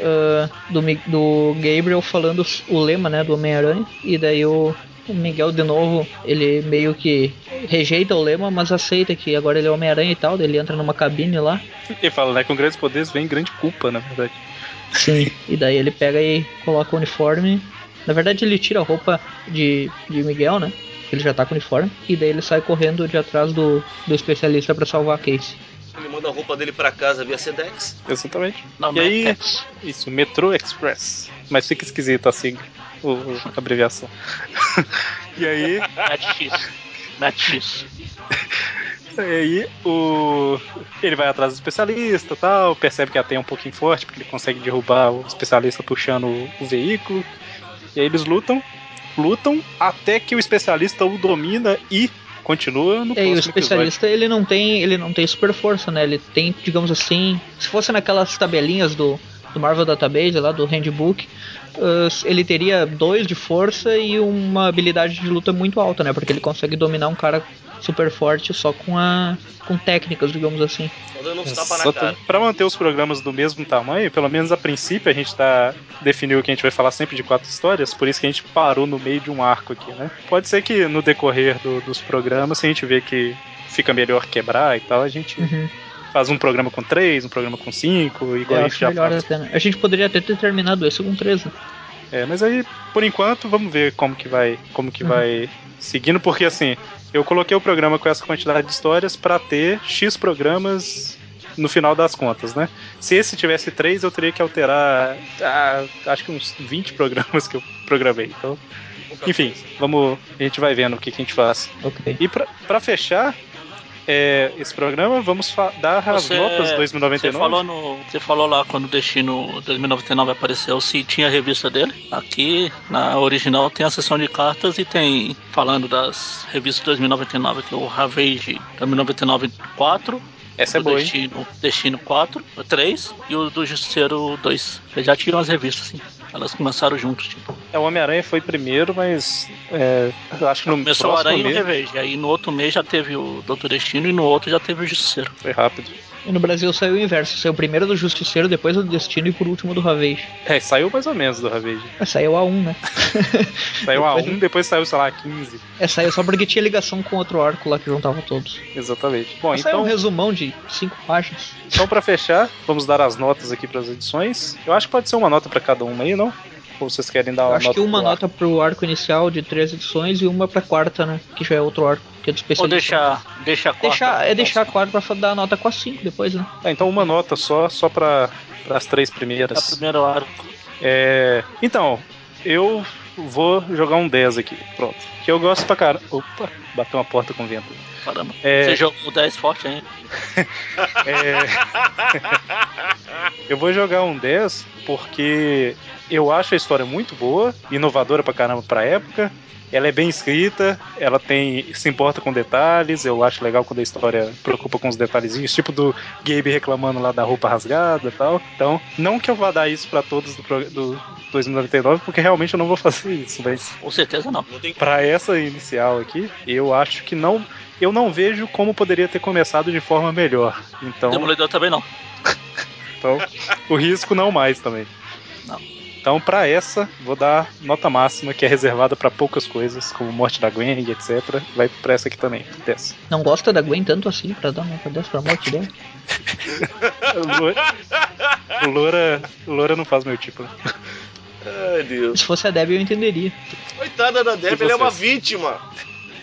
ah, do, Mi- do Gabriel falando s- o lema né, do Homem-Aranha. E daí o, o Miguel de novo, ele meio que rejeita o lema, mas aceita que agora ele é Homem-Aranha e tal. Daí ele entra numa cabine lá.
Ele fala, né? Com grandes poderes vem grande culpa, na verdade.
Sim, e daí ele pega e coloca o uniforme. Na verdade, ele tira a roupa de, de Miguel, né? que Ele já tá com o uniforme. E daí ele sai correndo de atrás do, do especialista pra salvar a Casey.
Ele manda a roupa dele pra casa via Sedex.
Exatamente.
Não,
E
não é
aí,
que-
isso, Metro Express. Mas fica esquisito assim, o, o- a abreviação. e aí,
NetX. NetX.
e aí o ele vai atrás do especialista, tal, percebe que a teia é um pouquinho forte, porque ele consegue derrubar o especialista puxando o, o veículo. E aí eles lutam, lutam até que o especialista o domina e continua no
É,
próximo
e o
episódio.
especialista ele não tem ele não tem super força, né? Ele tem, digamos assim, se fosse naquelas tabelinhas do, do Marvel Database lá do Handbook, ah, ele teria dois de força e uma habilidade de luta muito alta, né? Porque ele consegue dominar um cara super forte só com a com técnicas, digamos assim.
Só dando uns tapas
Só tem-
na cara.
Pra manter os programas do mesmo tamanho, pelo menos a princípio a gente tá definiu que a gente vai falar sempre de quatro histórias, por isso que a gente parou no meio de um arco aqui, né? Pode ser que no decorrer do- dos programas, se a gente vê que fica melhor quebrar e tal, a gente faz um programa com três, um programa com cinco, igual
Eu
a
acho
gente já
melhor
faz.
até, né? A gente poderia até ter terminado esse com 3, né?
É, mas aí, por enquanto, vamos ver como que vai, como que
Uhum.
vai seguindo, porque assim, eu coloquei o programa com essa quantidade de histórias pra ter X programas no final das contas, né? Se esse tivesse três, eu teria que alterar ah, acho que uns 20 programas que eu programei. Então, enfim, vamos, a gente vai vendo o que, que a gente faz.
Ok.
E pra, pra fechar é, esse programa, vamos fa- dar as
Você- é,
notas
Você
2099.
falou, no, você falou lá quando o Destino 2099 apareceu se tinha a revista dele. Aqui na original tem a seção de cartas e tem falando das revistas 2099, que é o Ravage 2099 4,
Essa é
o
boa, hein?
Destino, Destino 4, 3 e o do Justiceiro 2. Eles já tiram as revistas, sim. Elas começaram juntos, tipo.
É, o Homem-Aranha foi primeiro, mas é, eu acho que no
Começou o
próximo
Aranha e o
mês-
Ravage. Aí no outro mês já teve o Doutor Destino e no outro já teve o Justiceiro.
Foi rápido.
E no Brasil saiu o inverso. Saiu primeiro do Justiceiro, depois do Destino e por último do Ravage.
É, saiu mais ou menos do Ravage.
Ah, Saiu a 1, né?
Saiu a
Depois-
1, depois saiu, sei lá, a 15.
É, saiu só porque tinha ligação com outro arco lá que juntava todos.
Exatamente. Bom,
Mas saiu um
então,
resumão de 5 páginas.
então pra fechar, vamos dar as notas aqui pras edições. Eu acho que pode ser uma nota pra cada uma aí, não? Ou vocês querem dar
Eu
uma
acho
Ah, nota?
que uma
pro ar?
nota pro arco inicial de três edições e uma pra quarta, né? Que já é outro arco, que é do
Ou
especialista.
deixar, deixar a quarta.
Deixar, é deixar a quarta pra fa- dar a nota com a 5 depois, né?
Ah, então uma nota só, só pra, pras três
Tá,
A
primeiras.
primeiro arco.
É, então, eu vou jogar um 10 aqui. Pronto. Que eu gosto pra caramba. Opa, bateu uma porta com vento.
Caramba.
É,
Você jogou 10 forte ainda.
Eu vou jogar um 10 porque eu acho a história muito boa, inovadora pra caramba pra época. Ela é bem escrita, ela tem se importa com detalhes, eu acho legal quando a história preocupa com os detalhezinhos, tipo do Gabe reclamando lá da roupa rasgada e tal. Então, não que eu vá dar isso pra todos do, prog- do 2099, porque realmente eu não vou fazer isso, mas
Com certeza não.
Não tem
Pra essa inicial aqui, eu acho que não, eu não vejo como poderia ter começado de forma melhor. Então,
Demolidor também não.
então, o risco não mais também.
Não.
Então, pra essa, vou dar nota máxima, que é reservada pra poucas coisas, como Morte da Gwen e etc. Vai pra essa aqui também, dessa.
Não gosta da Gwen tanto assim pra dar nota 10 pra morte dela?
O Lo- O Loura, o Loura não faz meu tipo, né?
Ai, Deus.
Se fosse a Debbie eu entenderia.
Coitada da
E
Deb,
você?
ela é uma vítima.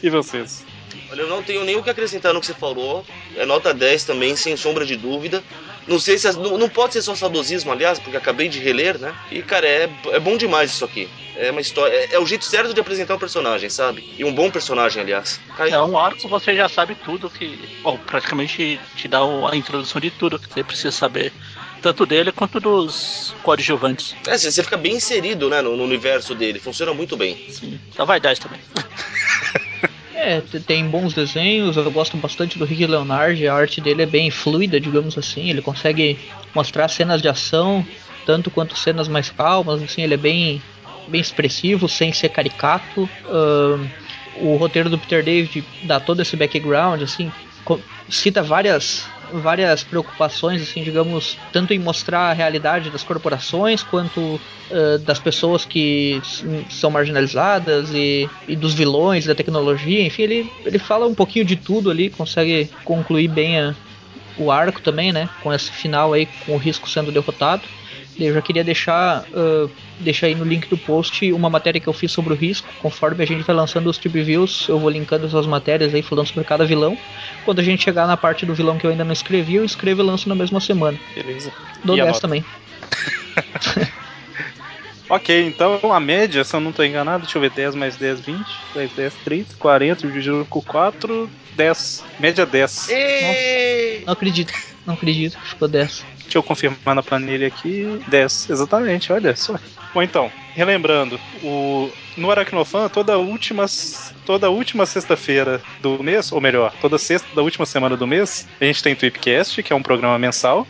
E vocês?
Olha, eu não tenho nem o que acrescentar no que você falou. É nota 10 também, sem sombra de dúvida. Não sei se. as- Não, não pode ser só saudosismo, aliás, porque acabei de reler, né? E, cara, é, é bom demais isso aqui. É uma história. É, é o jeito certo de apresentar um personagem, sabe? E um bom personagem, aliás. Cara,
É um arco, você já sabe tudo que. Bom, praticamente te dá o- a introdução de tudo que você precisa saber. Tanto dele quanto dos coadjuvantes.
é, você você fica bem inserido, né, no, no universo dele. Funciona muito bem.
Sim. Então vai 10 também.
É, te- tem bons desenhos, eu gosto bastante do Rick Leonard, a arte dele é bem fluida, digamos assim, ele consegue mostrar cenas de ação, tanto quanto cenas mais calmas, assim, ele é bem, bem expressivo, sem ser caricato. Ahn, o roteiro do Peter David dá todo esse background, assim, co- cita várias várias preocupações assim digamos tanto em mostrar a realidade das corporações quanto eh, das pessoas que s- são marginalizadas e, e dos vilões da tecnologia enfim ele ele fala um pouquinho de tudo ali consegue concluir bem a- o arco também né com esse final aí com o risco sendo derrotado eu já queria deixar ah, deixar aí no link do post uma matéria que eu fiz sobre o risco conforme a gente vai lançando os trip views eu vou linkando essas matérias aí falando sobre cada vilão quando a gente chegar na parte do vilão que eu ainda não escrevi, eu escrevo e lanço na mesma semana.
Beleza.
Dou
E a
10
nota?
também.
Ok, então a média, se eu não tô enganado, deixa eu ver, 10 mais 10, 20, 10, 10, 30, 40, dividido por 4, 10. Média 10.
E...
Não acredito, não acredito que ficou 10.
Deixa eu confirmar na planilha aqui. 10, exatamente, olha só. Bom, então, relembrando, o, no Aracnofan, toda última, toda última sexta-feira do mês, ou melhor, toda sexta da última semana do mês, a gente tem Tweepcast, que é um programa mensal.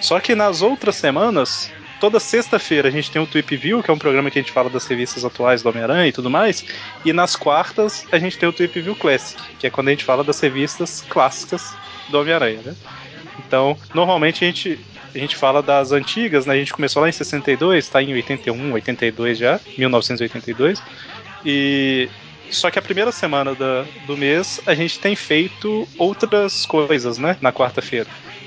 Só que nas outras semanas, toda sexta-feira a gente tem o Tweep View, que é um programa que a gente fala das revistas atuais do Homem-Aranha e tudo mais. E nas quartas a gente tem o Tweep View Classic, que é quando a gente fala das revistas clássicas do Homem-Aranha, né? Então, normalmente a gente, a gente fala das antigas, né? A gente começou lá em 62, tá em 81, 82 já, 1982. E só que a primeira semana da- do mês a gente tem feito outras coisas, né? Na quarta-feira.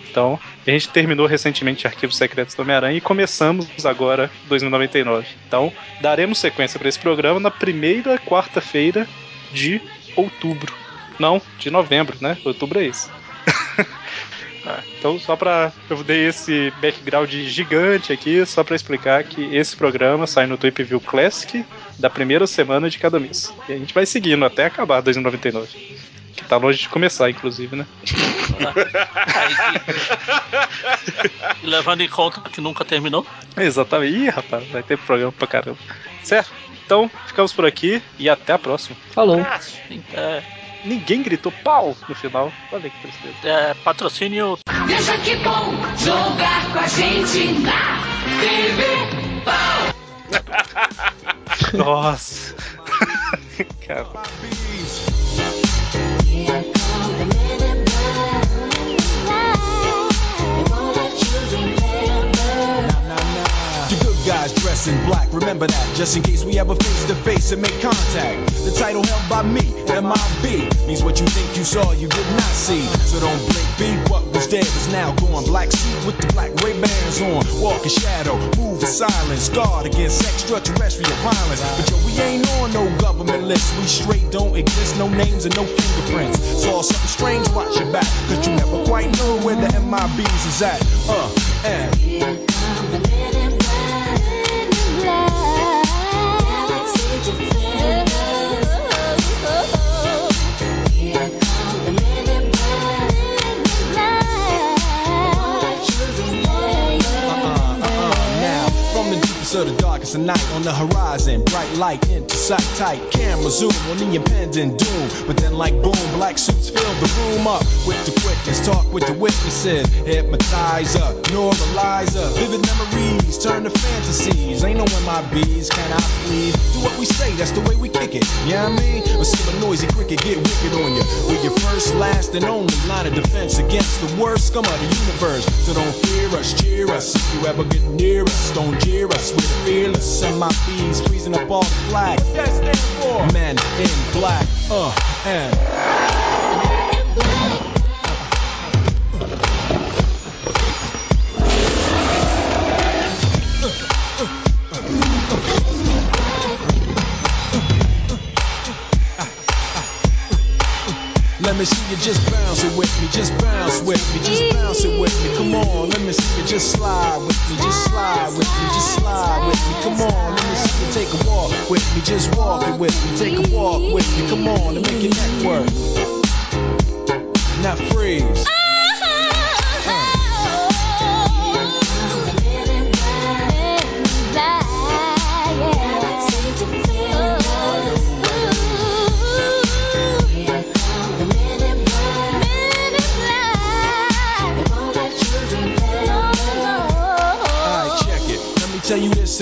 Então, a gente terminou recentemente Arquivos Secretos do Homem-Aranha e começamos agora 2099. Então, daremos sequência para esse programa na primeira quarta-feira de outubro. Não, de novembro, né? Outubro é isso. Ah, Então, só pra. Eu dei esse background gigante aqui, só pra explicar que esse programa sai no Tweep View Classic da primeira semana de cada mês. E a gente vai seguindo até acabar 2099. Que tá longe de começar, inclusive, né?
E levando em conta que nunca terminou.
É, Exatamente. Ih, rapaz, vai ter programa pra caramba. Certo? Então, ficamos por aqui e até a próxima.
Falou.
É,
Ninguém gritou pau no final. Olha que tristeza.
é, patrocínio
Deixa que bom jogar com a gente na
Ah,
TV.
Nossa. Cara.
ah, The good guys dress in black, remember that, just in case we ever face to face and make contact. The title held by me, MIB, means what you think you saw, you did not see. So don't blink, be what was dead is now gone. Black suit with the black Ray Bans on, walk in shadow, move in silence, guard against extraterrestrial violence. But yo, we ain't on no government list, we straight don't exist, no names and no fingerprints. Saw something strange, watch your back, cause you never quite know where the MIBs is at. Uh, and. uh-uh, uh-uh. Now, from the deepest of the darkest of night on the horizon, bright light into sight, tight camera zoom on the impending doom. But then, like boom, black suits fill the room up with the quickness. Talk with the witnesses, hypnotizer, neuralizer, vivid memories turn to fantasies. Ain't no MIBs, can I please? Do what we say, that's the way we kick it. Yeah, I mean, or see my noisy cricket get wicked on you. With your first, last, and only line of defense against the worst scum of the universe. So don't fear us, cheer us. If you ever get near us, don't jeer us. We're fearless. And my bees freezing up all the flag. What's that stand for? Men in black. Uh, and. Let me see you just bounce it with me, just bounce with me, just bounce it with me. Come on, let me see you just slide with me, just slide with me, just slide with me. Come on, let me see you take a walk with me, just walk it with me, take a walk with me. Come on, and make your neck work. Now freeze. Alright, check it. Let me tell you this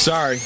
Sorry.